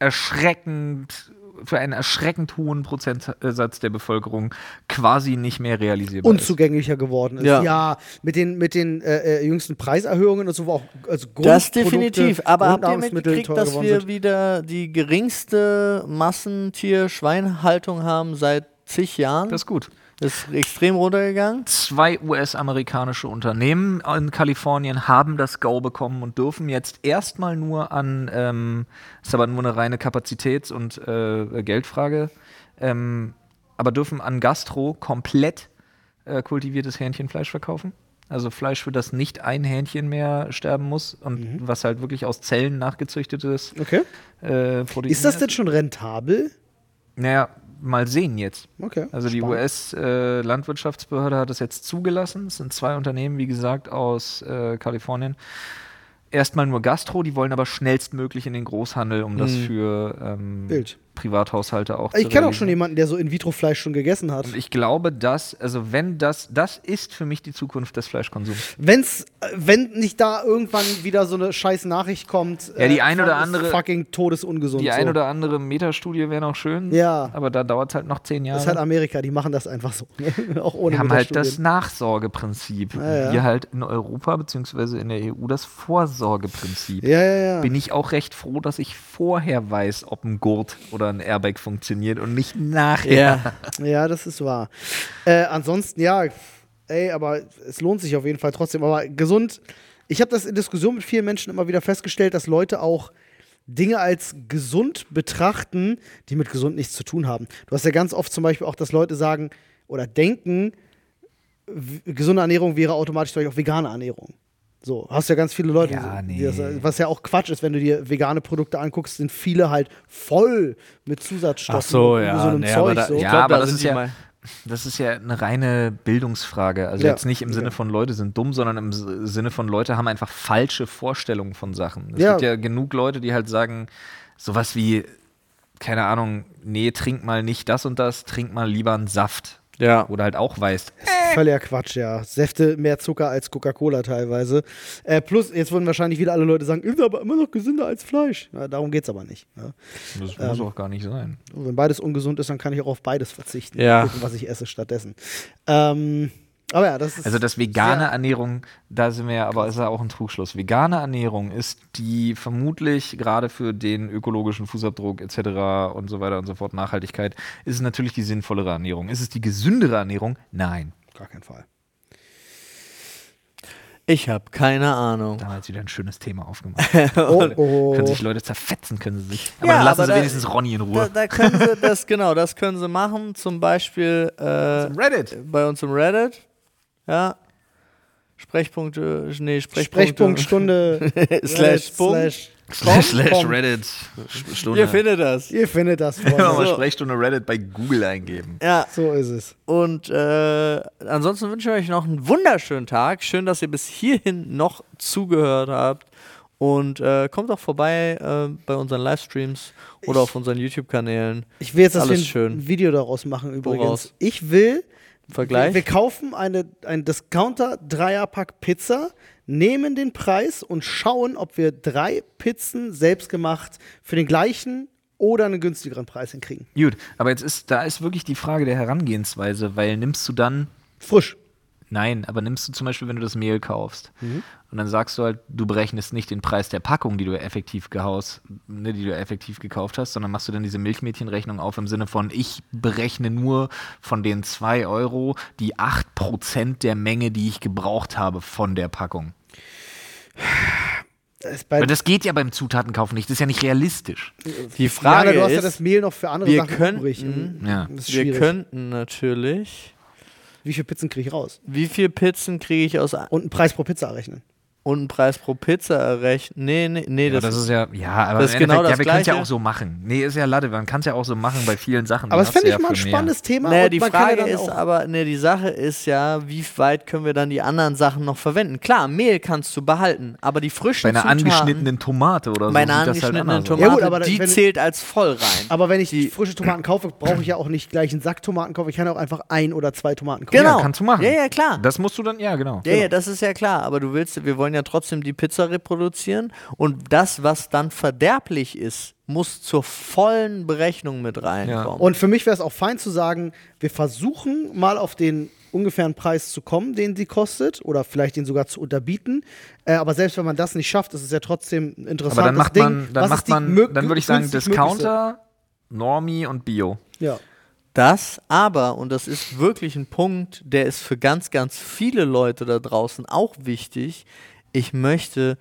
Speaker 2: erschreckend für einen erschreckend hohen Prozentsatz der Bevölkerung quasi nicht mehr realisierbar ist.
Speaker 3: Unzugänglicher geworden ist.
Speaker 1: Ja.
Speaker 3: mit den, mit den äh, äh, jüngsten Preiserhöhungen und so, wo auch also
Speaker 1: Das
Speaker 3: Grundprodukte,
Speaker 1: definitiv, aber habt ihr
Speaker 3: Grundnahrungsmittel
Speaker 1: mitgekriegt,
Speaker 3: teurer
Speaker 1: dass
Speaker 3: geworden
Speaker 1: wir
Speaker 3: sind?
Speaker 1: wieder die geringste Massentier-Schweinhaltung haben seit zig Jahren?
Speaker 2: Das ist gut.
Speaker 1: ist extrem runtergegangen.
Speaker 2: Zwei US-amerikanische Unternehmen in Kalifornien haben das Go bekommen und dürfen jetzt erstmal nur an, ähm, ist aber nur eine reine Kapazitäts- und äh, Geldfrage, ähm, aber dürfen an Gastro komplett äh, kultiviertes Hähnchenfleisch verkaufen. Also Fleisch, für das nicht ein Hähnchen mehr sterben muss und
Speaker 3: Mhm.
Speaker 2: was halt wirklich aus Zellen nachgezüchtetes
Speaker 3: Okay.
Speaker 2: äh, Protein
Speaker 3: Ist das denn schon rentabel?
Speaker 2: Naja, mal sehen jetzt.
Speaker 3: Okay.
Speaker 2: Also die
Speaker 3: Spannend.
Speaker 2: US-Landwirtschaftsbehörde hat es jetzt zugelassen. Es sind zwei Unternehmen, wie gesagt, aus äh, Kalifornien. Erstmal nur Gastro, die wollen aber schnellstmöglich in den Großhandel, um das für ähm,
Speaker 3: Bild.
Speaker 2: Privathaushalte auch.
Speaker 3: Hm. Ich
Speaker 2: zu
Speaker 3: kenne auch
Speaker 2: realisieren.
Speaker 3: schon jemanden, der so In-vitro-Fleisch schon gegessen hat.
Speaker 2: Und ich glaube, dass, also wenn das, das ist für mich die Zukunft des Fleischkonsums.
Speaker 3: Wenn's, äh, wenn nicht da irgendwann wieder so eine scheiß Nachricht kommt,
Speaker 2: Ja, die
Speaker 3: äh,
Speaker 2: ein oder
Speaker 3: Fleisch ist
Speaker 2: andere-
Speaker 3: fucking todesungesund.
Speaker 2: Die ein
Speaker 3: so.
Speaker 2: oder andere Metastudie wäre noch schön,
Speaker 3: Ja.
Speaker 2: aber da dauert es halt noch zehn Jahre.
Speaker 3: das ist halt Amerika, die machen das einfach so. auch ohne
Speaker 2: Wir haben halt das
Speaker 3: Metastudien.
Speaker 2: Nachsorgeprinzip.
Speaker 3: ja.
Speaker 2: Wir halt in Europa bzw. in der EU das Vorsorgeprinzip.
Speaker 3: Ja, ja, ja.
Speaker 2: Bin ich auch recht froh, dass ich vorher weiß, ob ein Gurt oder ein Airbag funktioniert und nicht nachher.
Speaker 1: Ja.
Speaker 3: Ja, das ist wahr. Äh, ansonsten, ja, ey, aber es lohnt sich auf jeden Fall trotzdem. Aber gesund, ich habe das in Diskussion mit vielen Menschen immer wieder festgestellt, dass Leute auch Dinge als gesund betrachten, die mit gesund nichts zu tun haben. Du hast ja ganz oft zum Beispiel auch, dass Leute sagen oder denken, w- gesunde Ernährung wäre automatisch gleich auch vegane Ernährung. So, hast ja ganz viele Leute,
Speaker 2: Ja,
Speaker 3: die
Speaker 2: nee.
Speaker 3: das, was ja auch Quatsch ist, wenn du dir vegane Produkte anguckst, sind viele halt voll mit Zusatzstoffen
Speaker 1: Ach so,
Speaker 3: und
Speaker 1: ja.
Speaker 3: gesundem
Speaker 1: Nee,
Speaker 3: Zeug.
Speaker 1: aber da,
Speaker 3: so.
Speaker 1: ich
Speaker 2: Ja,
Speaker 1: glaub,
Speaker 2: aber
Speaker 1: da
Speaker 2: das
Speaker 1: sind
Speaker 2: ist
Speaker 1: die
Speaker 2: ja-
Speaker 1: mal-
Speaker 2: Das ist ja eine reine Bildungsfrage. Also
Speaker 3: Ja.
Speaker 2: jetzt nicht im Sinne von Leute sind dumm, sondern im S- Sinne von Leute haben einfach falsche Vorstellungen von Sachen. Es
Speaker 3: Ja.
Speaker 2: gibt ja genug Leute, die halt sagen, sowas wie, keine Ahnung, nee, trink mal nicht das und das, trink mal lieber einen Saft.
Speaker 1: Ja.
Speaker 2: Oder halt auch weißt,
Speaker 3: Völliger Quatsch, ja. Säfte mehr Zucker als Coca-Cola teilweise. Äh, plus, jetzt würden wahrscheinlich wieder alle Leute sagen, ist aber immer noch gesünder als Fleisch. Ja, darum geht's aber nicht. Ne?
Speaker 2: das muss auch gar nicht sein.
Speaker 3: Und wenn beides ungesund ist, dann kann ich auch auf beides verzichten.
Speaker 1: Ja.
Speaker 3: Gucken, was ich esse stattdessen. Ähm, aber ja, das ist.
Speaker 2: Also das vegane
Speaker 3: sehr-
Speaker 2: Ernährung, da sind wir ja, aber ist ja auch ein Trugschluss. Vegane Ernährung ist die vermutlich gerade für den ökologischen Fußabdruck etc. und so weiter und so fort Nachhaltigkeit ist es natürlich die sinnvollere Ernährung. Ist es die gesündere Ernährung? Nein.
Speaker 3: Gar kein Fall.
Speaker 1: Ich habe keine Ahnung.
Speaker 2: Damals wieder ein schönes Thema aufgemacht.
Speaker 3: Oh,
Speaker 2: Können
Speaker 3: oh.
Speaker 2: sich Leute zerfetzen, können sie sich. Aber
Speaker 1: Ja,
Speaker 2: dann lassen
Speaker 1: aber
Speaker 2: sie
Speaker 1: da-
Speaker 2: wenigstens Ronny in
Speaker 1: Da,
Speaker 2: Ruhe.
Speaker 1: da können sie das, genau, das können sie machen. Zum Beispiel äh,
Speaker 2: Reddit.
Speaker 1: bei uns im Reddit. Ja. Sprechpunkte, nee, Sprechpunkte.
Speaker 3: Sprechpunkt, Stunde.
Speaker 1: Slash,
Speaker 3: Reddit,
Speaker 1: Punkt.
Speaker 2: Slash,
Speaker 3: Komm,
Speaker 2: slash
Speaker 3: komm.
Speaker 2: Reddit. Sch- Stunde.
Speaker 1: Ihr findet das.
Speaker 3: Ihr findet das,
Speaker 2: Wenn wir
Speaker 3: Freunde.
Speaker 2: mal
Speaker 1: So.
Speaker 2: Sprechstunde Reddit bei Google eingeben.
Speaker 1: Ja,
Speaker 3: So ist es.
Speaker 1: und äh, ansonsten wünschen wir euch noch einen wunderschönen Tag. Schön, dass ihr bis hierhin noch zugehört habt. Und äh, kommt auch vorbei äh, bei unseren Livestreams oder auf unseren YouTube-Kanälen.
Speaker 3: Ich will jetzt, dass
Speaker 1: Alles
Speaker 3: wir ein
Speaker 1: schön.
Speaker 3: Video daraus machen übrigens.
Speaker 1: Woraus?
Speaker 3: Ich will.
Speaker 1: Vergleich?
Speaker 3: Wir, wir kaufen eine, ein Discounter-Dreierpack Pizza, nehmen den Preis und schauen, ob wir drei Pizzen selbst gemacht für den gleichen oder einen günstigeren Preis hinkriegen.
Speaker 2: Gut, aber jetzt ist, da ist wirklich die Frage der Herangehensweise, weil nimmst du dann
Speaker 3: Frisch.
Speaker 2: Nein, aber nimmst du zum Beispiel, wenn du das Mehl kaufst
Speaker 1: Mhm.
Speaker 2: und dann sagst du halt, du berechnest nicht den Preis der Packung, die du effektiv gehaust, ne, die du effektiv gekauft hast, sondern machst du dann diese Milchmädchenrechnung auf im Sinne von, ich berechne nur von den 2 Euro die 8% der Menge, die ich gebraucht habe von der Packung.
Speaker 3: Das ist
Speaker 1: Äh,
Speaker 3: bei-
Speaker 2: Weil das geht ja beim Zutatenkauf nicht, das ist ja nicht realistisch.
Speaker 1: Die
Speaker 3: Ja,
Speaker 1: Frage
Speaker 3: aber du hast ja
Speaker 1: ist,
Speaker 3: das Mehl noch für andere
Speaker 1: wir
Speaker 3: Sachen
Speaker 1: könnten-
Speaker 3: übrig. Mhm.
Speaker 2: Ja.
Speaker 3: Das ist
Speaker 1: wir
Speaker 3: schwierig.
Speaker 1: könnten natürlich,
Speaker 3: Wie viele Pizzen kriege ich raus?
Speaker 1: wie viel Pizzen kriege ich aus
Speaker 3: Und einen Preis pro Pizza errechnen.
Speaker 1: und einen Preis pro Pizza errechnen? Nee, nee, nee,
Speaker 2: Ja,
Speaker 1: das, ist
Speaker 2: ja, ja, aber
Speaker 1: das
Speaker 2: im
Speaker 1: ist genau
Speaker 2: Endeffekt,
Speaker 1: das
Speaker 2: ja, wir können es ja
Speaker 1: Gleiche.
Speaker 2: auch so machen. Nee, ist ja Lade, man kann es ja auch so machen bei vielen Sachen.
Speaker 3: Aber
Speaker 2: Du hast
Speaker 3: das fände
Speaker 2: ja
Speaker 3: ich mal ein
Speaker 2: für mehr.
Speaker 3: spannendes Thema.
Speaker 1: Naja,
Speaker 3: und
Speaker 1: die
Speaker 3: man kann ja
Speaker 1: Frage
Speaker 3: dann
Speaker 1: ist
Speaker 3: auch-
Speaker 1: aber, ne, die Sache ist ja, wie weit können wir dann die anderen Sachen noch verwenden? Klar, Mehl kannst du behalten, aber die frischen
Speaker 2: Bei einer
Speaker 1: Zutaten,
Speaker 2: angeschnittenen Tomate oder so.
Speaker 1: bei einer
Speaker 2: sieht das
Speaker 1: angeschnittenen
Speaker 2: halt anders aus.
Speaker 1: Tomate,
Speaker 3: Ja, gut, aber
Speaker 1: die
Speaker 3: wenn-
Speaker 1: zählt als voll rein.
Speaker 3: Aber wenn ich
Speaker 1: Die-
Speaker 3: frische Tomaten kaufe, brauche ich ja auch nicht gleich einen Sack Tomaten kaufen. Ich kann auch einfach ein oder zwei Tomaten kaufen.
Speaker 1: Genau.
Speaker 2: Ja, kannst du machen.
Speaker 1: Ja, ja, klar.
Speaker 2: Das musst du dann, ja, genau.
Speaker 1: ja, ja, das ist ja klar, aber du willst, wir wollen ja trotzdem die Pizza reproduzieren und das, was dann verderblich ist, muss zur vollen Berechnung mit reinkommen.
Speaker 3: Und für mich wäre es auch fein zu sagen, wir versuchen mal auf den ungefähren Preis zu kommen, den sie kostet, oder vielleicht den sogar zu unterbieten. Äh, aber selbst wenn man das nicht schafft, ist es ja trotzdem ein interessantes
Speaker 2: Aber dann macht
Speaker 3: Ding.
Speaker 2: man, dann
Speaker 3: Was
Speaker 2: macht
Speaker 3: ist die
Speaker 2: man,
Speaker 3: mög-
Speaker 2: dann würde ich sagen,
Speaker 3: günstig möglichste?
Speaker 2: Discounter, Normie und Bio.
Speaker 3: Ja.
Speaker 1: Das aber, und das ist wirklich ein Punkt, der ist für ganz, ganz viele Leute da draußen auch wichtig, ich möchte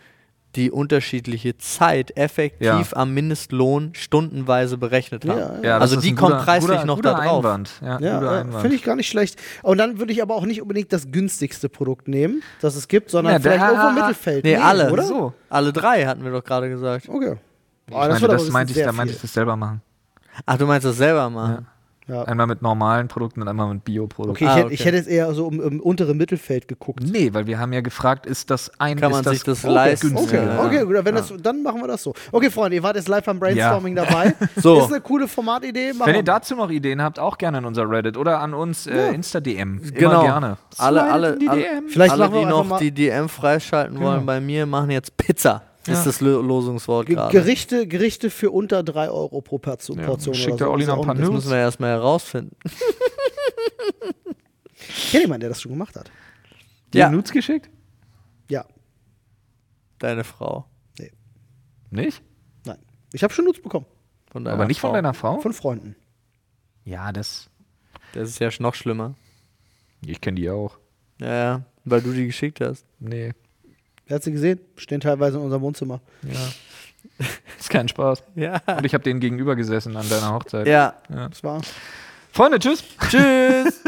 Speaker 1: die unterschiedliche Zeit effektiv
Speaker 2: Ja.
Speaker 1: am Mindestlohn stundenweise berechnet haben.
Speaker 3: Ja,
Speaker 2: Ja, das
Speaker 1: also
Speaker 2: ist
Speaker 1: die
Speaker 2: ein
Speaker 1: kommt
Speaker 2: guter-
Speaker 1: preislich
Speaker 2: guter,
Speaker 1: noch
Speaker 2: guter
Speaker 1: da drauf.
Speaker 2: Einwand. Ja,
Speaker 3: Ja,
Speaker 2: guter
Speaker 3: ja finde
Speaker 2: Einwand.
Speaker 3: ich gar nicht schlecht. Und dann würde ich aber auch nicht unbedingt das günstigste Produkt nehmen, das es gibt, sondern
Speaker 2: Ja, der-
Speaker 3: vielleicht irgendwo im Mittelfeld.
Speaker 1: Nee,
Speaker 3: nehmen,
Speaker 1: alle.
Speaker 3: oder?
Speaker 2: So.
Speaker 1: Alle drei hatten wir doch gerade gesagt.
Speaker 3: Okay. Boah,
Speaker 2: Ich
Speaker 3: wird
Speaker 2: meinte,
Speaker 3: aber
Speaker 2: das
Speaker 3: ein
Speaker 2: meinte ich,
Speaker 3: bisschen
Speaker 2: da
Speaker 3: sehr
Speaker 2: meinte ich
Speaker 3: viel.
Speaker 2: das selber machen.
Speaker 1: Ach, du meinst das selber mal.
Speaker 3: Ja.
Speaker 2: Einmal mit normalen Produkten und einmal mit Bioprodukten.
Speaker 3: Okay, ich,
Speaker 1: Ah,
Speaker 3: hätte,
Speaker 1: okay.
Speaker 3: ich hätte jetzt eher so im, im unteren Mittelfeld geguckt.
Speaker 2: Nee, weil wir haben ja gefragt, ist das ein
Speaker 1: Kann
Speaker 2: ist
Speaker 1: man sich das
Speaker 2: Produkt
Speaker 1: leisten?
Speaker 3: Okay,
Speaker 2: günstiger?
Speaker 1: Ja.
Speaker 3: okay, gut, dann wenn das, dann machen wir das so. Okay, Freunde, ihr wart jetzt live am Brainstorming dabei.
Speaker 1: So.
Speaker 3: Ist eine coole Formatidee. machen
Speaker 2: Wenn
Speaker 3: wir.
Speaker 2: ihr dazu noch Ideen habt, auch gerne in unser Reddit oder an uns äh, Insta-DM. Immer
Speaker 1: Genau.
Speaker 2: gerne.
Speaker 1: Alle,
Speaker 2: Slidet
Speaker 1: alle,
Speaker 2: in die
Speaker 1: alle,
Speaker 2: DM.
Speaker 3: Vielleicht
Speaker 1: alle
Speaker 3: machen wir
Speaker 1: die
Speaker 3: einfach
Speaker 1: noch
Speaker 3: mal-
Speaker 1: die DM freischalten wollen bei mir, machen jetzt Pizza.
Speaker 2: Genau. Ja.
Speaker 1: Ist das Lo- Losungswort
Speaker 3: Ge-
Speaker 1: gerade.
Speaker 3: Gerichte, Gerichte für unter 3 Euro pro Portion.
Speaker 2: Ja,
Speaker 3: Portion
Speaker 2: schickt
Speaker 3: oder
Speaker 2: der
Speaker 3: so.
Speaker 2: Olli
Speaker 3: Ist ja
Speaker 2: noch ein
Speaker 3: auch
Speaker 2: paar
Speaker 1: Das
Speaker 2: News.
Speaker 1: müssen wir erstmal herausfinden.
Speaker 3: Ich kenne jemanden, der das schon gemacht hat.
Speaker 2: Die
Speaker 1: Ja.
Speaker 2: Nudes geschickt?
Speaker 3: Ja,
Speaker 1: Deine Frau.
Speaker 2: Nicht?
Speaker 3: nein. Ich habe schon Nudes bekommen.
Speaker 1: Von deiner
Speaker 2: Aber nicht
Speaker 1: Frau.
Speaker 2: von deiner Frau?
Speaker 3: Von Freunden.
Speaker 2: Ja, das.
Speaker 1: Das ist ja sch- noch schlimmer.
Speaker 2: Ich kenne die auch.
Speaker 1: Ja, ja, weil du die geschickt hast.
Speaker 2: Nee.
Speaker 3: Wer hat sie gesehen? Stehen teilweise in unserem Wohnzimmer.
Speaker 2: Ja. ist kein Spaß.
Speaker 1: Ja.
Speaker 2: Und ich habe denen gegenüber gesessen an deiner Hochzeit.
Speaker 1: Ja.
Speaker 3: Das war.
Speaker 2: Freunde, tschüss.
Speaker 1: Tschüss.